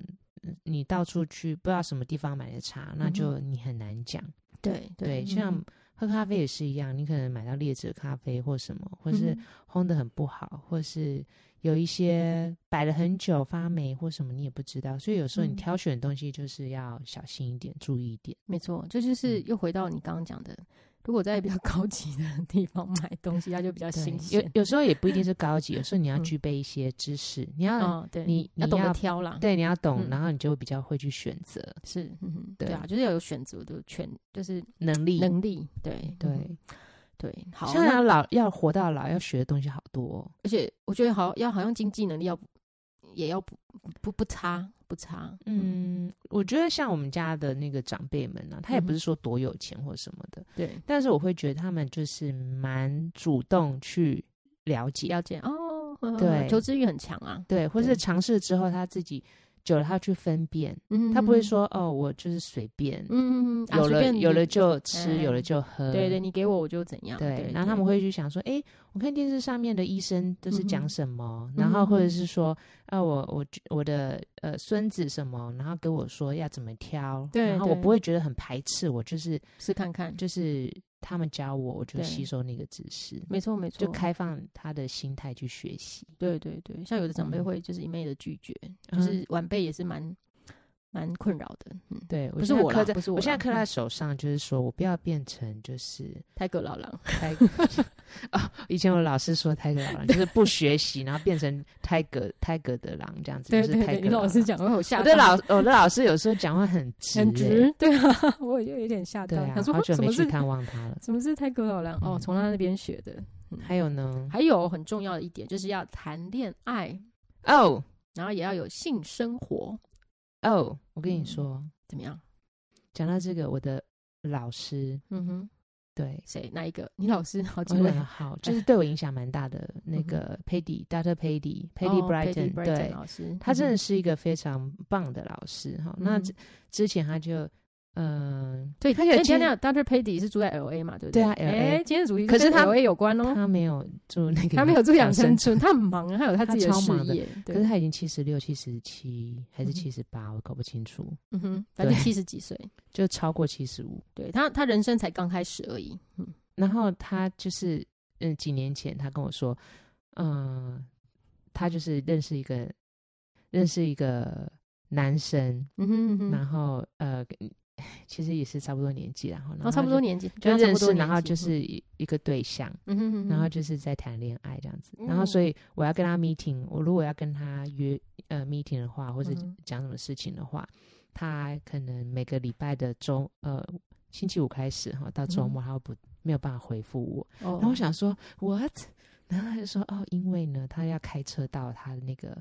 Speaker 1: 嗯你到处去不知道什么地方买的茶，那就你很难讲。
Speaker 2: 嗯对
Speaker 1: 对，
Speaker 2: 嗯
Speaker 1: 像喝咖啡也是一样，你可能买到劣质的咖啡或什么，或是
Speaker 2: 嗯
Speaker 1: 烘的很不好，或是有一些摆了很久发霉或什么，你也不知道。所以有时候你
Speaker 2: 嗯
Speaker 1: 挑选东西就是要小心一点，注意一点。
Speaker 2: 没错，这就是
Speaker 1: 嗯
Speaker 2: 又回到你刚刚讲的，如果在比较 高级的地方买东西，它就比较
Speaker 1: 对
Speaker 2: 新
Speaker 1: 有
Speaker 2: 鲜。
Speaker 1: 有时候也不一定 是高级，有时候你要
Speaker 2: 嗯
Speaker 1: 具备一些知识，你要、
Speaker 2: 嗯，对，
Speaker 1: 你
Speaker 2: 要
Speaker 1: 你
Speaker 2: 懂得
Speaker 1: 要
Speaker 2: 挑啦，
Speaker 1: 对你要懂，
Speaker 2: 嗯
Speaker 1: 然后你就会比较会去选择
Speaker 2: 是，嗯哼，
Speaker 1: 对
Speaker 2: 对啊，就是要有选择的权，就是
Speaker 1: 能力。
Speaker 2: 能力，对嗯
Speaker 1: 对，啊
Speaker 2: 对，好，
Speaker 1: 虽
Speaker 2: 那
Speaker 1: 然老要活到老，要学的东西好多哦、
Speaker 2: 而且我觉得好要好像经济能力要不也要不不不差不差，
Speaker 1: 嗯，我觉得像我们家的那个长辈们呢、啊他也
Speaker 2: 嗯哼
Speaker 1: 不是说多有钱或什么的，
Speaker 2: 对，
Speaker 1: 但是我会觉得他们就是蛮主动去了解，
Speaker 2: 了解哦，呵呵呵
Speaker 1: 对
Speaker 2: 求知欲很强啊，
Speaker 1: 对，或是
Speaker 2: 对
Speaker 1: 尝试之后他自己久了，他去分辨，
Speaker 2: 嗯，
Speaker 1: 他不会，说哦，我就是随便，
Speaker 2: 嗯，嗯嗯啊
Speaker 1: 有
Speaker 2: 随
Speaker 1: 了
Speaker 2: 便
Speaker 1: 有
Speaker 2: 你
Speaker 1: 了就吃，
Speaker 2: 哎
Speaker 1: 有了就喝，
Speaker 2: 对对，你给我我就怎样，
Speaker 1: 对
Speaker 2: 对，，
Speaker 1: 然后他们会去想说，诶，我看电视上面的医生都是
Speaker 2: 嗯哼
Speaker 1: 讲什么，
Speaker 2: 嗯
Speaker 1: 然后或
Speaker 2: 哼
Speaker 1: 者是说，啊，我我我的呃孙子什么，然后跟我说要怎么挑，
Speaker 2: 对
Speaker 1: 然后我
Speaker 2: 对
Speaker 1: 不会觉得很排斥，我就是
Speaker 2: 试看看，
Speaker 1: 就是他们教我，我就
Speaker 2: 对
Speaker 1: 吸收那个知识，
Speaker 2: 没错没错，
Speaker 1: 就开放他的心态去学习，
Speaker 2: 对对对，像有的长辈
Speaker 1: 嗯
Speaker 2: 会就是一昧的拒绝，
Speaker 1: 嗯
Speaker 2: 就是晚辈也是蛮蛮困扰的。嗯，
Speaker 1: 对我
Speaker 2: 不是
Speaker 1: 现在
Speaker 2: 我
Speaker 1: 刻
Speaker 2: 啦
Speaker 1: 在
Speaker 2: 不是
Speaker 1: 我
Speaker 2: 我
Speaker 1: 现在
Speaker 2: 啦
Speaker 1: 刻在
Speaker 2: 嗯
Speaker 1: 手上，就是说我不要变成就是
Speaker 2: 泰戈老 狼，
Speaker 1: 泰 啊、以前我老师说泰戈老狼就是不学习，然后变成泰戈泰戈的狼这样子，就是泰
Speaker 2: 你
Speaker 1: 戈
Speaker 2: 老
Speaker 1: 狼
Speaker 2: 师讲会有吓
Speaker 1: 我
Speaker 2: 到，
Speaker 1: 的老我的老师有时候讲话很直、欸，
Speaker 2: 很直，对啊，我也有点吓
Speaker 1: 对
Speaker 2: 到，
Speaker 1: 啊
Speaker 2: 想，说
Speaker 1: 好久
Speaker 2: 什
Speaker 1: 没
Speaker 2: 么
Speaker 1: 去
Speaker 2: 是
Speaker 1: 探望他了。
Speaker 2: 什么是泰戈老狼？哦，
Speaker 1: 嗯
Speaker 2: 从他那边学的。
Speaker 1: 还有呢？
Speaker 2: 还有很重要的一点就是要谈恋爱，
Speaker 1: 哦
Speaker 2: 然后也要有性生活，
Speaker 1: 哦，我跟你说，
Speaker 2: 怎么样？
Speaker 1: 讲到这个，我的老师
Speaker 2: 嗯哼，
Speaker 1: 对
Speaker 2: 谁哪一个？你老师好
Speaker 1: 我
Speaker 2: 几位 嗯
Speaker 1: 很好，就是对我影响蛮大的那个 Paddy Dr. Paddy Paddy
Speaker 2: 哦
Speaker 1: Brighton，
Speaker 2: Brighton
Speaker 1: 对
Speaker 2: 老师，
Speaker 1: 他真的
Speaker 2: 嗯
Speaker 1: 是一个非常棒的老师哈。
Speaker 2: 嗯
Speaker 1: 那之之前他就嗯，
Speaker 2: 对，
Speaker 1: 他
Speaker 2: 他
Speaker 1: 有
Speaker 2: 有
Speaker 1: 今
Speaker 2: 今天 Dr. Paddy 是住在 L A 嘛，对不
Speaker 1: 对
Speaker 2: 对
Speaker 1: 啊 LA
Speaker 2: 哎今天的主题
Speaker 1: 可是
Speaker 2: 跟
Speaker 1: 他
Speaker 2: L A 有关哦，
Speaker 1: 他没有住那个
Speaker 2: 他没有住养
Speaker 1: 养
Speaker 2: 生村，他很忙啊，他有他自己
Speaker 1: 他超
Speaker 2: 事
Speaker 1: 忙的
Speaker 2: 业。
Speaker 1: 可是
Speaker 2: 对，
Speaker 1: 他已经七十六、七十七还是
Speaker 2: 嗯哼
Speaker 1: 七十八，我搞不清楚，
Speaker 2: 嗯哼，反正
Speaker 1: 对
Speaker 2: 七十几岁，
Speaker 1: 就超过七十五。
Speaker 2: 对他他人生才刚开始而已。嗯，
Speaker 1: 然后他就是，嗯，几年前他跟我说，嗯、他就是认识一个认识一个男生，
Speaker 2: 嗯哼嗯哼，
Speaker 1: 然后呃，其实也是差不多年纪啦，然后然
Speaker 2: 然后哦差不多年纪，
Speaker 1: 就
Speaker 2: 跟他差
Speaker 1: 认
Speaker 2: 不多
Speaker 1: 识，
Speaker 2: 年纪
Speaker 1: 然后就，是一一个对象，
Speaker 2: 嗯哼嗯哼，
Speaker 1: 然后就是在谈恋爱这样子。然后
Speaker 2: 嗯
Speaker 1: 所以我要跟他 meeting，我如果要跟他约呃 meeting 的话，或者
Speaker 2: 嗯哼
Speaker 1: 讲什么事情的话，他可能每个礼拜的周呃星期五开始哈，到周末他会不没有办法回复我。
Speaker 2: 嗯哦，
Speaker 1: 然后我想说 what，然 后他就说哦，因为呢，他要开车到他的那个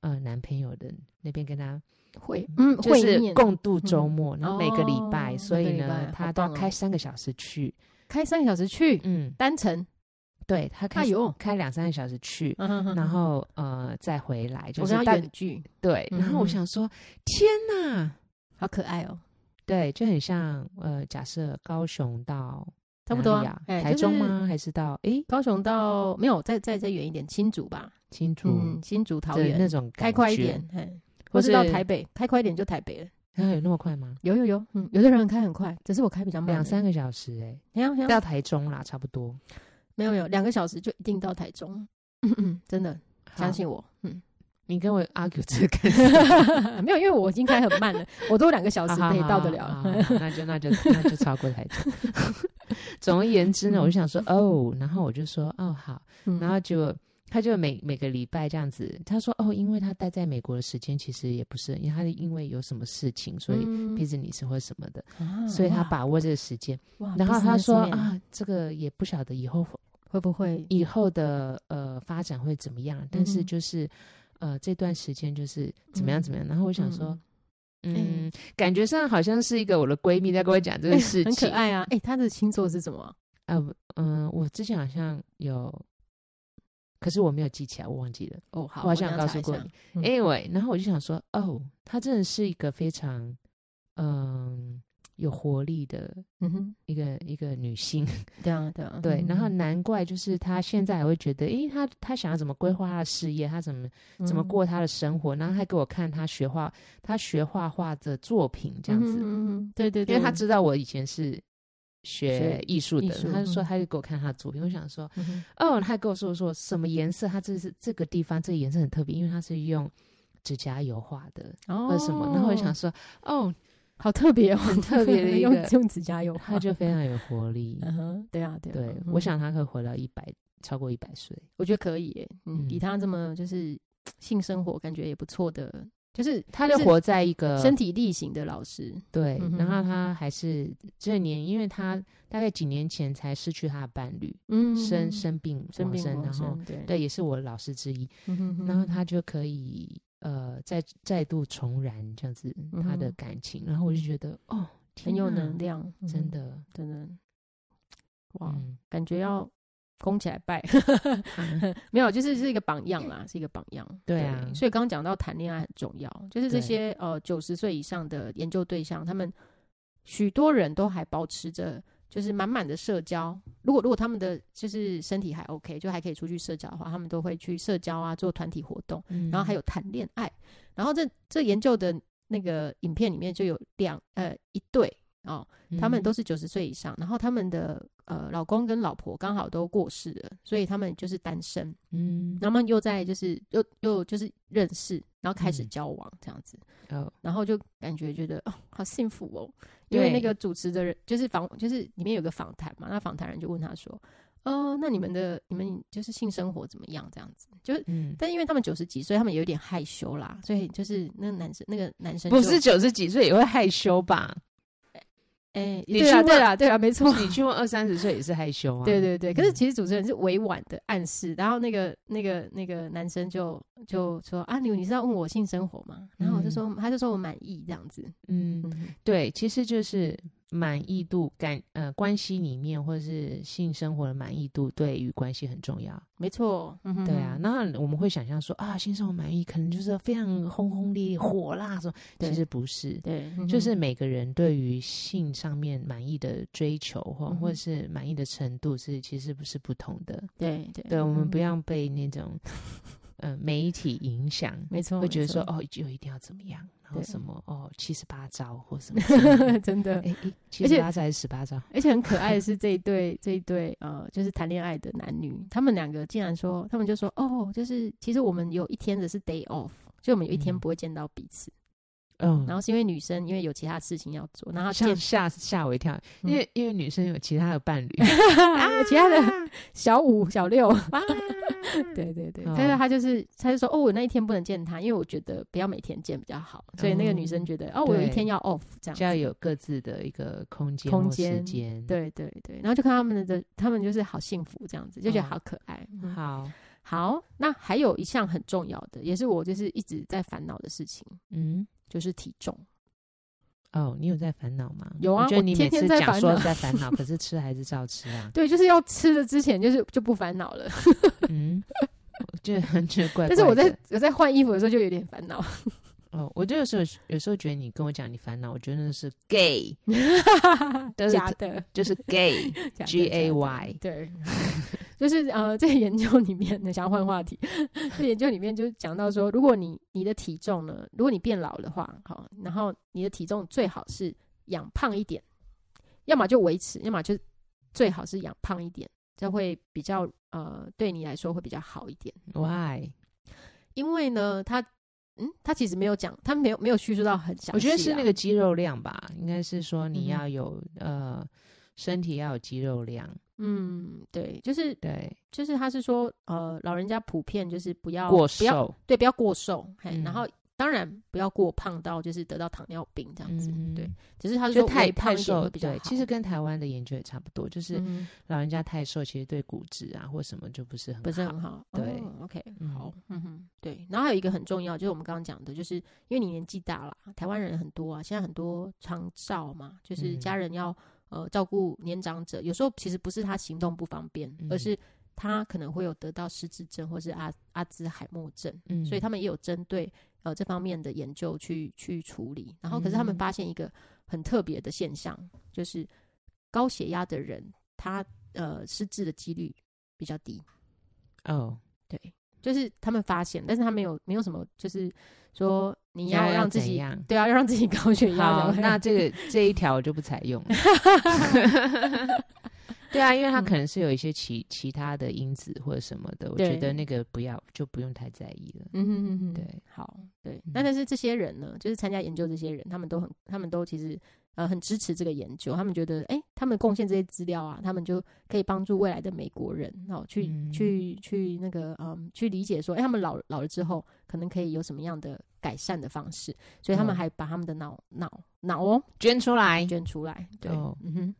Speaker 1: 呃男朋友的那边跟他
Speaker 2: 会嗯
Speaker 1: 就
Speaker 2: 会
Speaker 1: 是
Speaker 2: 面嗯
Speaker 1: 共度周末，然后每个礼拜，
Speaker 2: 哦
Speaker 1: 所
Speaker 2: 每
Speaker 1: 以
Speaker 2: 个礼拜
Speaker 1: 呢，
Speaker 2: 好
Speaker 1: 他都要
Speaker 2: 棒哦
Speaker 1: 开三个小时去，
Speaker 2: 开三个小时去
Speaker 1: 嗯，
Speaker 2: 单程，
Speaker 1: 对他开
Speaker 2: 哎呦
Speaker 1: 开两三个小时去。
Speaker 2: 嗯哼哼
Speaker 1: 然后呃，再回来就
Speaker 2: 我
Speaker 1: 是
Speaker 2: 跟他
Speaker 1: 大
Speaker 2: 远距，
Speaker 1: 对，然后我
Speaker 2: 嗯
Speaker 1: 想说，天哪，
Speaker 2: 好可爱哦，
Speaker 1: 对，就很像呃，假设高雄到
Speaker 2: 差不多
Speaker 1: 哪里
Speaker 2: 啊
Speaker 1: 啊，，
Speaker 2: 哎
Speaker 1: 台中？
Speaker 2: 就是
Speaker 1: 吗？还是到诶
Speaker 2: 高雄到没有，再再再远一点，新竹吧，
Speaker 1: 哦新竹
Speaker 2: 嗯，新竹桃
Speaker 1: 的那
Speaker 2: 园，
Speaker 1: 种感
Speaker 2: 开快一
Speaker 1: 觉
Speaker 2: 点，，嘿或是到台北，开快一点就台北了。
Speaker 1: 啊，有那么快吗？
Speaker 2: 有有有，嗯，有的人开很快，只是我开比较慢而已，
Speaker 1: 两三个小时哎、
Speaker 2: 没有没有
Speaker 1: 到台中啦，差不多。
Speaker 2: 没有没有两个小时就一定到台中，嗯真的
Speaker 1: 好
Speaker 2: 相信我， 嗯，
Speaker 1: 你跟我 argue 这个
Speaker 2: 没有，因为我已经开很慢了，我都两个小时可以到得
Speaker 1: 好好好
Speaker 2: 了，
Speaker 1: 好好那就那就那就超过台中。 总而言之呢，我就想说哦，然后我就说哦好，
Speaker 2: 嗯
Speaker 1: 然后结果他就每每个礼拜这样子，他说哦，因为他待在美国的时间其实也不是，因为他因为有什么事情，所以
Speaker 2: 嗯
Speaker 1: business 或什么的，
Speaker 2: 啊
Speaker 1: 所以他
Speaker 2: 哇
Speaker 1: 把握这个时间。
Speaker 2: 哇
Speaker 1: 然后他
Speaker 2: businessman
Speaker 1: 说啊，这个也不晓得以后
Speaker 2: 会不会
Speaker 1: 以后的呃发展会怎么样，但是
Speaker 2: 嗯
Speaker 1: 就是呃这段时间就是怎么样
Speaker 2: 嗯
Speaker 1: 怎么样。然后我
Speaker 2: 我
Speaker 1: 想说，嗯
Speaker 2: 嗯，
Speaker 1: 感觉上好像是一个我的闺蜜在跟我讲这个事
Speaker 2: 很可
Speaker 1: 情。
Speaker 2: 爱啊，哎，他的星座是什么啊？
Speaker 1: 啊，不嗯、我之前好像有可是我没有记起来，我忘记了。
Speaker 2: 哦，好，
Speaker 1: 我好像告诉过
Speaker 2: 你，
Speaker 1: 你。Anyway，然后我就想说，哦，他真的是一个非常嗯有活力的
Speaker 2: 嗯哼，
Speaker 1: 一个一个女性，
Speaker 2: 对啊，对啊，
Speaker 1: 对。然后
Speaker 3: 嗯
Speaker 1: 难怪就是她现在还会觉得，诶，她她想要怎么规划她的事业，她怎么怎
Speaker 2: 嗯
Speaker 1: 么过她的生活，然后还给我看她学画，她学画画的作品这样子，
Speaker 2: 嗯嗯，对对
Speaker 1: 因
Speaker 2: 对，
Speaker 1: 为她知道我以前是。学
Speaker 2: 学
Speaker 1: 艺术
Speaker 2: 艺
Speaker 1: 的，
Speaker 2: 术
Speaker 1: 她就说
Speaker 3: 嗯
Speaker 1: 她就给我看她的作品，我想说，
Speaker 2: 嗯哼
Speaker 1: 哦，他还跟我说说什么颜色，它这是这个地方这个颜色很特别，因为它是用指甲油画的，或
Speaker 2: 哦
Speaker 1: 者什么。然后我就想说，哦，
Speaker 2: 好特别哦，
Speaker 1: 很特别的一
Speaker 2: 用
Speaker 1: 个
Speaker 2: 用指甲油画
Speaker 1: 他就非常有活力。
Speaker 2: 嗯哼，对啊，对啊，
Speaker 1: 对
Speaker 2: 嗯，
Speaker 1: 我想他可以活到一百，超过一百岁。
Speaker 2: 我觉得可以耶，嗯，
Speaker 1: 嗯
Speaker 2: 以他这么就是性生活感觉也不错的，就是
Speaker 1: 他就
Speaker 2: 就是
Speaker 1: 活在一个
Speaker 2: 身体力行的老师，
Speaker 1: 对
Speaker 2: 嗯，哼
Speaker 1: 然后他还是这年，因为他大概几年前才失去他的伴侣，
Speaker 2: 嗯
Speaker 1: 生生病
Speaker 2: 生
Speaker 1: 往
Speaker 2: 病
Speaker 1: 生，
Speaker 2: 往
Speaker 1: 然后
Speaker 2: 生对，
Speaker 1: 对，也是我的老师之一。
Speaker 2: 嗯哼哼
Speaker 1: 然后他就可以呃再再度重燃这样子
Speaker 2: 嗯
Speaker 1: 他的
Speaker 2: 哼
Speaker 1: 感情，然后我就觉得哦，
Speaker 2: 很
Speaker 1: 天
Speaker 2: 有
Speaker 1: 哪
Speaker 2: 能，量，
Speaker 1: 真的，
Speaker 2: 真的，哇，
Speaker 1: 嗯，
Speaker 2: 感觉要供起来拜，
Speaker 1: 啊
Speaker 2: 没有，就是是一个榜样啦，是一个榜样。
Speaker 1: 对啊
Speaker 2: 所以刚刚讲到谈恋爱很重要，就是这
Speaker 1: 对
Speaker 2: 些呃九十岁以上的研究对象，他们许多人都还保持着就是满满的社交。如果如果他们的就是身体还 OK，就还可以出去社交的话，他们都会去社交啊，做团体活动，
Speaker 1: 嗯
Speaker 2: 然后还有谈恋爱。然后这这研究的那个影片里面就有两呃一对哦，
Speaker 1: 嗯
Speaker 2: 他们都是九十岁以上，然后他们的呃老公跟老婆刚好都过世了，所以他们就是单身，
Speaker 1: 嗯，
Speaker 2: 然后他们又在就是又又就是认识，然后开始
Speaker 1: 嗯
Speaker 2: 交往这样子，
Speaker 1: 嗯哦
Speaker 2: 然后就感觉觉得哦好幸福哦，因为
Speaker 1: 对
Speaker 2: 那个主持的人就是访就是里面有个访谈嘛，那访谈人就问他说，哦那你们的你们就是性生活怎么样这样子，就是。
Speaker 1: 嗯，
Speaker 2: 但因为他们九十几岁，他们有点害羞啦，所以就是那个男生，那个男生
Speaker 1: 不
Speaker 2: 就是
Speaker 1: 九十几岁也会害羞 吧？
Speaker 2: 哎、
Speaker 1: 你
Speaker 2: 对
Speaker 1: 去
Speaker 2: 啦
Speaker 1: 问
Speaker 2: 对啦对啦，没错，
Speaker 1: 你去问二三十岁也是害羞啊？
Speaker 2: 对对对，可是
Speaker 1: 嗯
Speaker 2: 其实主持人是委婉的暗示，然后那个那个那个男生就就说啊，你你是要问我性生活吗？然后我就说，他就说我满意这样子，
Speaker 1: 嗯，
Speaker 2: 嗯，
Speaker 1: 对，其实就是满意度感，呃，关系里面或是性生活的满意度，对于关系很重要。
Speaker 2: 没错，嗯哼
Speaker 1: 对啊，，那我们会想象说啊，性生活满意可能就是非常轰轰烈烈、火辣什么，其
Speaker 2: 对
Speaker 1: 实不是，
Speaker 2: 对，嗯哼
Speaker 1: 就是每个人对于性上面满意的追求或、
Speaker 2: 嗯哼嗯
Speaker 1: 或者是满意的程度是其实不是不同的。
Speaker 2: 对对
Speaker 1: 对，我们不
Speaker 2: 嗯
Speaker 1: 要被那种呃媒体影响，
Speaker 2: 没错，
Speaker 1: 会觉得
Speaker 2: 没
Speaker 1: 说
Speaker 2: 错，
Speaker 1: 哦就一定要怎么样，然后
Speaker 2: 对
Speaker 1: 什么哦七十八招或 什么之类的。
Speaker 2: 真的。
Speaker 1: 哎哎，七
Speaker 2: 而且
Speaker 1: 十八招还是十八招？
Speaker 2: 而且很可爱的是，这一对这一对呃，就是谈恋爱的男女，他们两个竟然说，他们就说哦，就是其实我们有一天的是 day off，就我们有一天
Speaker 1: 嗯
Speaker 2: 不会见到彼此。
Speaker 1: 嗯，
Speaker 2: 然后是因为女生因为有其他事情要做，然后她
Speaker 1: 吓
Speaker 2: 见
Speaker 1: 吓吓我一跳，因为因为女生有其他的 伴侣，
Speaker 2: 啊，其他的小五、小六， 对对对，
Speaker 1: 哦
Speaker 2: 但是他就是，他就说，哦，我那一天不能见他，因为我觉得不要每天见比较好，所以那个女生觉得，哦，我有一天要 off 这
Speaker 1: 就要
Speaker 2: 样，
Speaker 1: 有各自的一个空间
Speaker 2: 空
Speaker 1: 或时
Speaker 2: 间
Speaker 1: 间。，
Speaker 2: 对对对，然后就看他们的，他们就是好幸福这样子，就觉得
Speaker 1: 哦
Speaker 2: 好可爱。嗯
Speaker 1: 好，
Speaker 2: 好，那还有一项很重要的，也是我就是一直在烦恼的事情，
Speaker 1: 嗯，
Speaker 2: 就是体重。
Speaker 1: 哦，你有在烦恼吗？
Speaker 2: 有啊
Speaker 1: 我觉得你
Speaker 2: 我
Speaker 1: 每
Speaker 2: 天天
Speaker 1: 次
Speaker 2: 在
Speaker 1: 讲
Speaker 2: 烦
Speaker 1: 说
Speaker 2: 恼
Speaker 1: 在烦恼，可是吃还是照吃 啊。
Speaker 2: 对，就是要吃的之前，就是就不烦 恼了。
Speaker 1: 嗯，我就很觉得怪怪的。
Speaker 2: 但是我在我在换衣服的时候就有点 烦恼。
Speaker 1: 哦，我就有时候有时候觉得你跟我讲你烦恼，我觉得那是 gay，都是
Speaker 2: 假的，
Speaker 1: 就是 gay，
Speaker 2: 假的
Speaker 1: G A
Speaker 2: 假的
Speaker 1: Y
Speaker 2: 对， 就是呃，这个研究里面，想要换话题，这研究里面就讲到说，如果你你的体重呢，如果你变老的话，好，然后你的体重最好是养胖一点，要么就维持，要么就最好是养胖一点，这会比较呃，对你来说会比较好一点。
Speaker 1: why？
Speaker 2: 因为呢，他嗯，他其实没有讲，他没有没有叙述到很详细啊、
Speaker 1: 我觉得是那个肌肉量吧，应该是说
Speaker 2: 嗯
Speaker 1: 你
Speaker 2: 哼
Speaker 1: 要有呃身体要有肌肉量，
Speaker 2: 嗯，对，就是
Speaker 1: 对，
Speaker 2: 就是他是说呃，老人家普遍就是不要
Speaker 1: 过
Speaker 2: 哦不要
Speaker 1: 瘦，
Speaker 2: 对，不要过瘦，嘿，
Speaker 1: 嗯
Speaker 2: 然后当然不要过胖到就是得到糖尿病这样子，
Speaker 1: 嗯
Speaker 2: 对。只是他就
Speaker 1: 就
Speaker 2: 说
Speaker 1: 太
Speaker 2: 微胖
Speaker 1: 太
Speaker 2: 一点
Speaker 1: 瘦
Speaker 2: 会，比较好
Speaker 1: 对，，其实跟台湾的研究也差不多，就是
Speaker 2: 嗯
Speaker 1: 老人家太瘦，其实对骨质啊或什么就不是很
Speaker 2: 不是
Speaker 1: 好
Speaker 2: 很好。
Speaker 1: 对
Speaker 2: 哦，OK，
Speaker 1: 嗯
Speaker 2: 好，嗯哼，对。然后还有一个很重要，就是我们刚刚讲的，就是因为你年纪大了，台湾人很多啊，现在很多长照嘛，就是
Speaker 1: 嗯
Speaker 2: 家人要呃照顾年长者，有时候其实不是他行动不方便，而
Speaker 1: 嗯
Speaker 2: 是。他可能会有得到失智症或是阿阿兹海默症，
Speaker 1: 嗯
Speaker 2: 所以他们也有针对呃这方面的研究去去处理。然后，可是他们
Speaker 1: 嗯
Speaker 2: 发现一个很特别的现象，就是高血压的人，他呃失智的几率比较低。
Speaker 1: 哦，
Speaker 2: 对，就是他们发现，但是他没有没有什么，就是说你要
Speaker 1: 那
Speaker 2: 让自
Speaker 1: 怎
Speaker 2: 己
Speaker 1: 样
Speaker 2: 对啊，要让自己高血压。
Speaker 1: 好，
Speaker 2: 然后
Speaker 1: 那这个这一条我就不采用了。 对啊，因为它
Speaker 2: 嗯
Speaker 1: 可能是有一些其其他的因子或者什么的，我觉
Speaker 2: 对
Speaker 1: 得那个不要就不用太在意了。
Speaker 2: 嗯哼哼哼，
Speaker 1: 对，嗯
Speaker 2: 好，对，那但是这些人呢，就是参加研究这些人，他们都很，他们都其实呃很支持这个研究，他们觉得，哎、他们贡献这些资料啊，他们就可以帮助未来的美国人哦，去、
Speaker 1: 嗯
Speaker 2: 去去那个嗯，去理解说，哎、他们老老了之后，可能可以有什么样的改善的方式，所以他们
Speaker 1: 哦
Speaker 2: 还把他们的脑脑脑哦
Speaker 1: 捐出来
Speaker 2: 捐出来，对，
Speaker 1: 哦
Speaker 2: 嗯哼，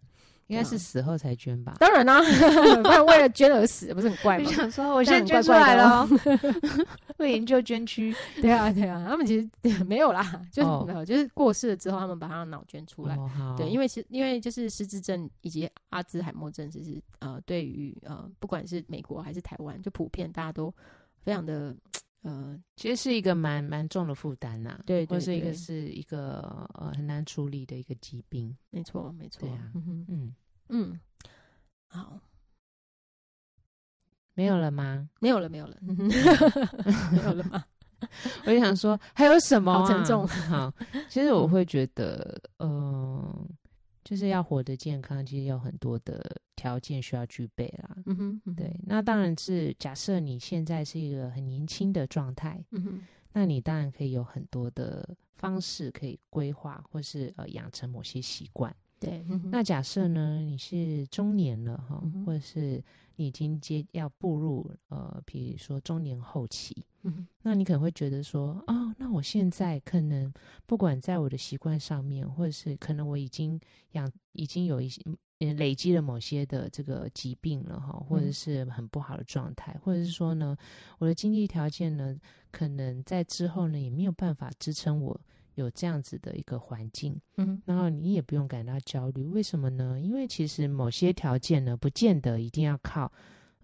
Speaker 1: 应该
Speaker 2: 对
Speaker 1: 是
Speaker 2: 啊
Speaker 1: 死后才捐吧？
Speaker 2: 当然啦、 不然为了捐而死，不是很怪
Speaker 1: 我
Speaker 2: 吗？
Speaker 1: 想说，我
Speaker 2: 这样
Speaker 1: 先捐
Speaker 2: 很
Speaker 1: 出
Speaker 2: 怪怪
Speaker 1: 来
Speaker 2: 的
Speaker 1: 了，哦 为研究捐躯。
Speaker 2: 对啊，对啊，他们其实 没有啦，就是、
Speaker 1: 哦
Speaker 2: 没有，就是过世了之后，他们把他的脑捐出来。
Speaker 1: 哦，好，
Speaker 2: 对，因
Speaker 1: 为
Speaker 2: 为其因为就是失智症以及阿兹海默症，其实呃，对于呃，不管是美国还是台湾，就普遍大家都非常的呃，
Speaker 1: 其实是一个蛮蛮重的负担呐，
Speaker 2: 对对
Speaker 1: 或是一个
Speaker 2: 对
Speaker 1: 是一个呃很难处理的一个疾病。
Speaker 2: 没错没错，
Speaker 1: 对啊
Speaker 2: 嗯哼
Speaker 1: 嗯，
Speaker 2: 嗯，好，
Speaker 1: 没有了吗？
Speaker 2: 没有了没有了，嗯哼 没有了嘛，
Speaker 1: 我就想说，还有什么、啊？
Speaker 2: 好沉重
Speaker 1: 好，其实我会觉得，嗯、就是要活得健康，其实有很多的条件需要具备啦。
Speaker 2: 嗯哼，嗯哼
Speaker 1: 对，，那当然是假设你现在是一个很年轻的状态，
Speaker 2: 嗯哼，
Speaker 1: 那你当然可以有很多的方式可以规划，或是呃养成某些习惯。
Speaker 2: 对，嗯哼
Speaker 1: 那假设呢，你是中年了哈
Speaker 2: 嗯，哼
Speaker 1: 或者是你已经接要步入呃，比如说中年后期，
Speaker 2: 嗯哼
Speaker 1: 那你可能会觉得说，哦，那我现在可能不管在我的习惯上面，或者是可能我已经养已经有一些嗯累积了某些的这个疾病了哈，或者
Speaker 2: 嗯
Speaker 1: 是很不好的状态，或者是说呢，我的经济条件呢，可能在之后呢也没有办法支撑我有这样子的一个环境，
Speaker 2: 嗯哼
Speaker 1: 然后你也不用感到焦虑，为什么呢？因为其实某些条件呢，不见得一定要靠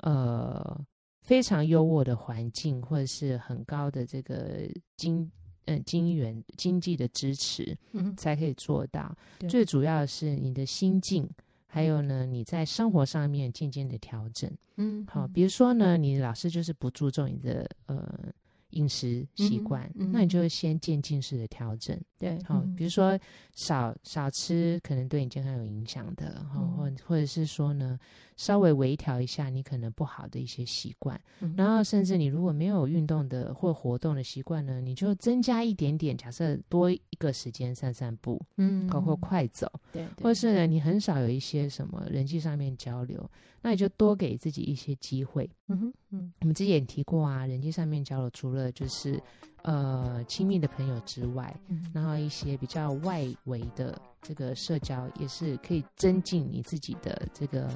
Speaker 1: 呃非常优渥的环境或者是很高的这个经嗯金源经济的支持
Speaker 2: 嗯哼，
Speaker 1: 才可以做到。
Speaker 2: 对
Speaker 1: 最主要的是你的心境，还有呢你在生活上面渐渐的调整。
Speaker 2: 嗯，
Speaker 1: 好，
Speaker 2: 嗯
Speaker 1: 比如说呢，你老是就是不注重你的呃饮食习
Speaker 2: 嗯
Speaker 1: 惯，
Speaker 2: 嗯
Speaker 1: 那你就先渐进式的调整。
Speaker 2: 对，
Speaker 1: 好、
Speaker 2: 嗯
Speaker 1: 比如说少少吃可能对你健康有影响的，哈、
Speaker 2: 嗯
Speaker 1: 或、或者是说呢，稍微微调一下你可能不好的一些习惯，
Speaker 2: 嗯
Speaker 1: 然后甚至你如果没有运动的或活动的习惯呢，你就增加一点点，假设多一个时间散散步，
Speaker 2: 嗯，
Speaker 1: 包括
Speaker 2: 嗯
Speaker 1: 快走，
Speaker 2: 对，对
Speaker 1: 或是呢你很少有一些什么人际上面交流，那你就多给自己一些机会。
Speaker 2: 嗯哼嗯
Speaker 1: 我们之前也提过啊，人际上面交流除了就是
Speaker 2: 哦
Speaker 1: 呃亲密的朋友之外，
Speaker 2: 嗯
Speaker 1: 然后一些比较外围的这个社交，也是可以增进你自己的这个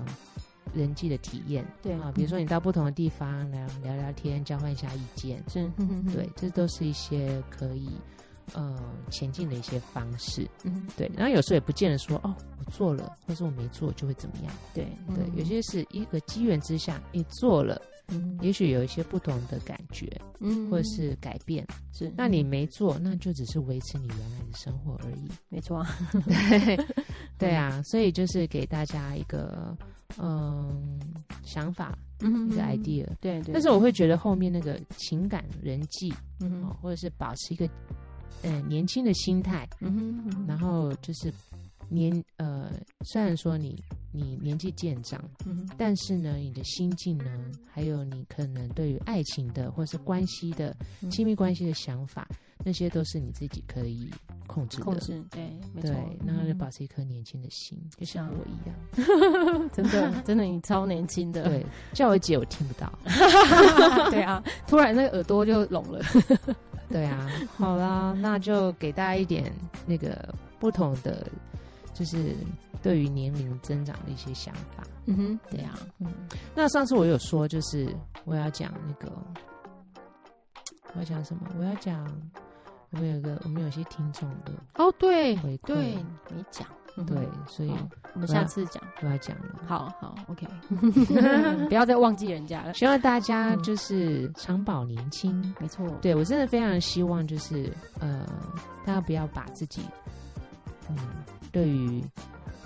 Speaker 1: 人际的体验。
Speaker 2: 对
Speaker 1: 啊，比如说你到不同的地方来聊聊天，交换一下意见，
Speaker 2: 是，嗯哼
Speaker 1: 对，，这都是一些可以呃前进的一些方式。
Speaker 2: 嗯哼
Speaker 1: 对，然后有时候也不见得说哦，我做了，或者我没做就会怎么样。
Speaker 2: 对
Speaker 1: 对，有些是一个机缘之下，你做了，
Speaker 2: 嗯
Speaker 1: 也许有一些不同的感觉
Speaker 2: 嗯
Speaker 1: 或者是改变。
Speaker 2: 是，嗯
Speaker 1: 那你没做，那就只是维持你原来的生活而 已。
Speaker 2: 没错啊，
Speaker 1: 对，对
Speaker 2: 嗯
Speaker 1: 啊，所以就是给大家一个嗯想法，
Speaker 2: 嗯
Speaker 1: 一个 idea。
Speaker 2: 对对，
Speaker 1: 但是我会觉得后面那个情感、人际
Speaker 2: 嗯
Speaker 1: 啊、
Speaker 2: 哼
Speaker 1: 或者是保持一个嗯、呃年轻的心态，
Speaker 2: 嗯哼嗯哼
Speaker 1: 然后就是年呃，虽然说你你年纪渐长，
Speaker 2: 嗯哼
Speaker 1: 但是呢，你的心境呢，还有你可能对于爱情的或是关系的
Speaker 2: 嗯
Speaker 1: 亲密关系的想法，那些都是你自己可以控制的。
Speaker 2: 控制对，没错
Speaker 1: 对，，然后就
Speaker 2: 嗯啊
Speaker 1: 保持一颗年轻的心，就像我一 样。
Speaker 2: 真 的真的你超年轻的，
Speaker 1: 对，叫我姐我听不到。
Speaker 2: 对啊，突然那个耳朵就聋了，
Speaker 1: 对啊，好啦，那就给大家一点那个不同的，就是对于年龄增长的一些想法。
Speaker 2: 嗯哼，对啊，嗯
Speaker 1: 那上次我有说，就是我要讲那个，我要讲什么？我要讲。我们有一个，我们有一些听众的
Speaker 2: 哦对
Speaker 1: 回馈
Speaker 2: 对，没讲，嗯
Speaker 1: 对
Speaker 2: 哼，
Speaker 1: 所以
Speaker 2: 好我们
Speaker 1: 我要
Speaker 2: 下次讲。
Speaker 1: 都要讲了。
Speaker 2: 好好，OK，不要再忘记人家了。
Speaker 1: 希望大家
Speaker 2: 嗯
Speaker 1: 就是长保年轻。
Speaker 2: 没错，
Speaker 1: 对我真的非常希望，就是呃，大家不要把自己，嗯，对于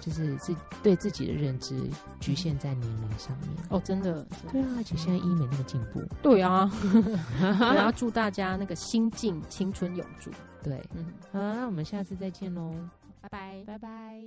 Speaker 1: 就是自对自己的认知局限在年龄上面。
Speaker 2: 哦，真的，真的
Speaker 1: 对啊，而且现在医美那么进步，
Speaker 2: 对啊， 我 要祝大家那个心境青春永驻。
Speaker 1: 对，
Speaker 2: 嗯，
Speaker 1: 好，那我们下次再见喽，
Speaker 2: 拜拜。
Speaker 1: 拜拜。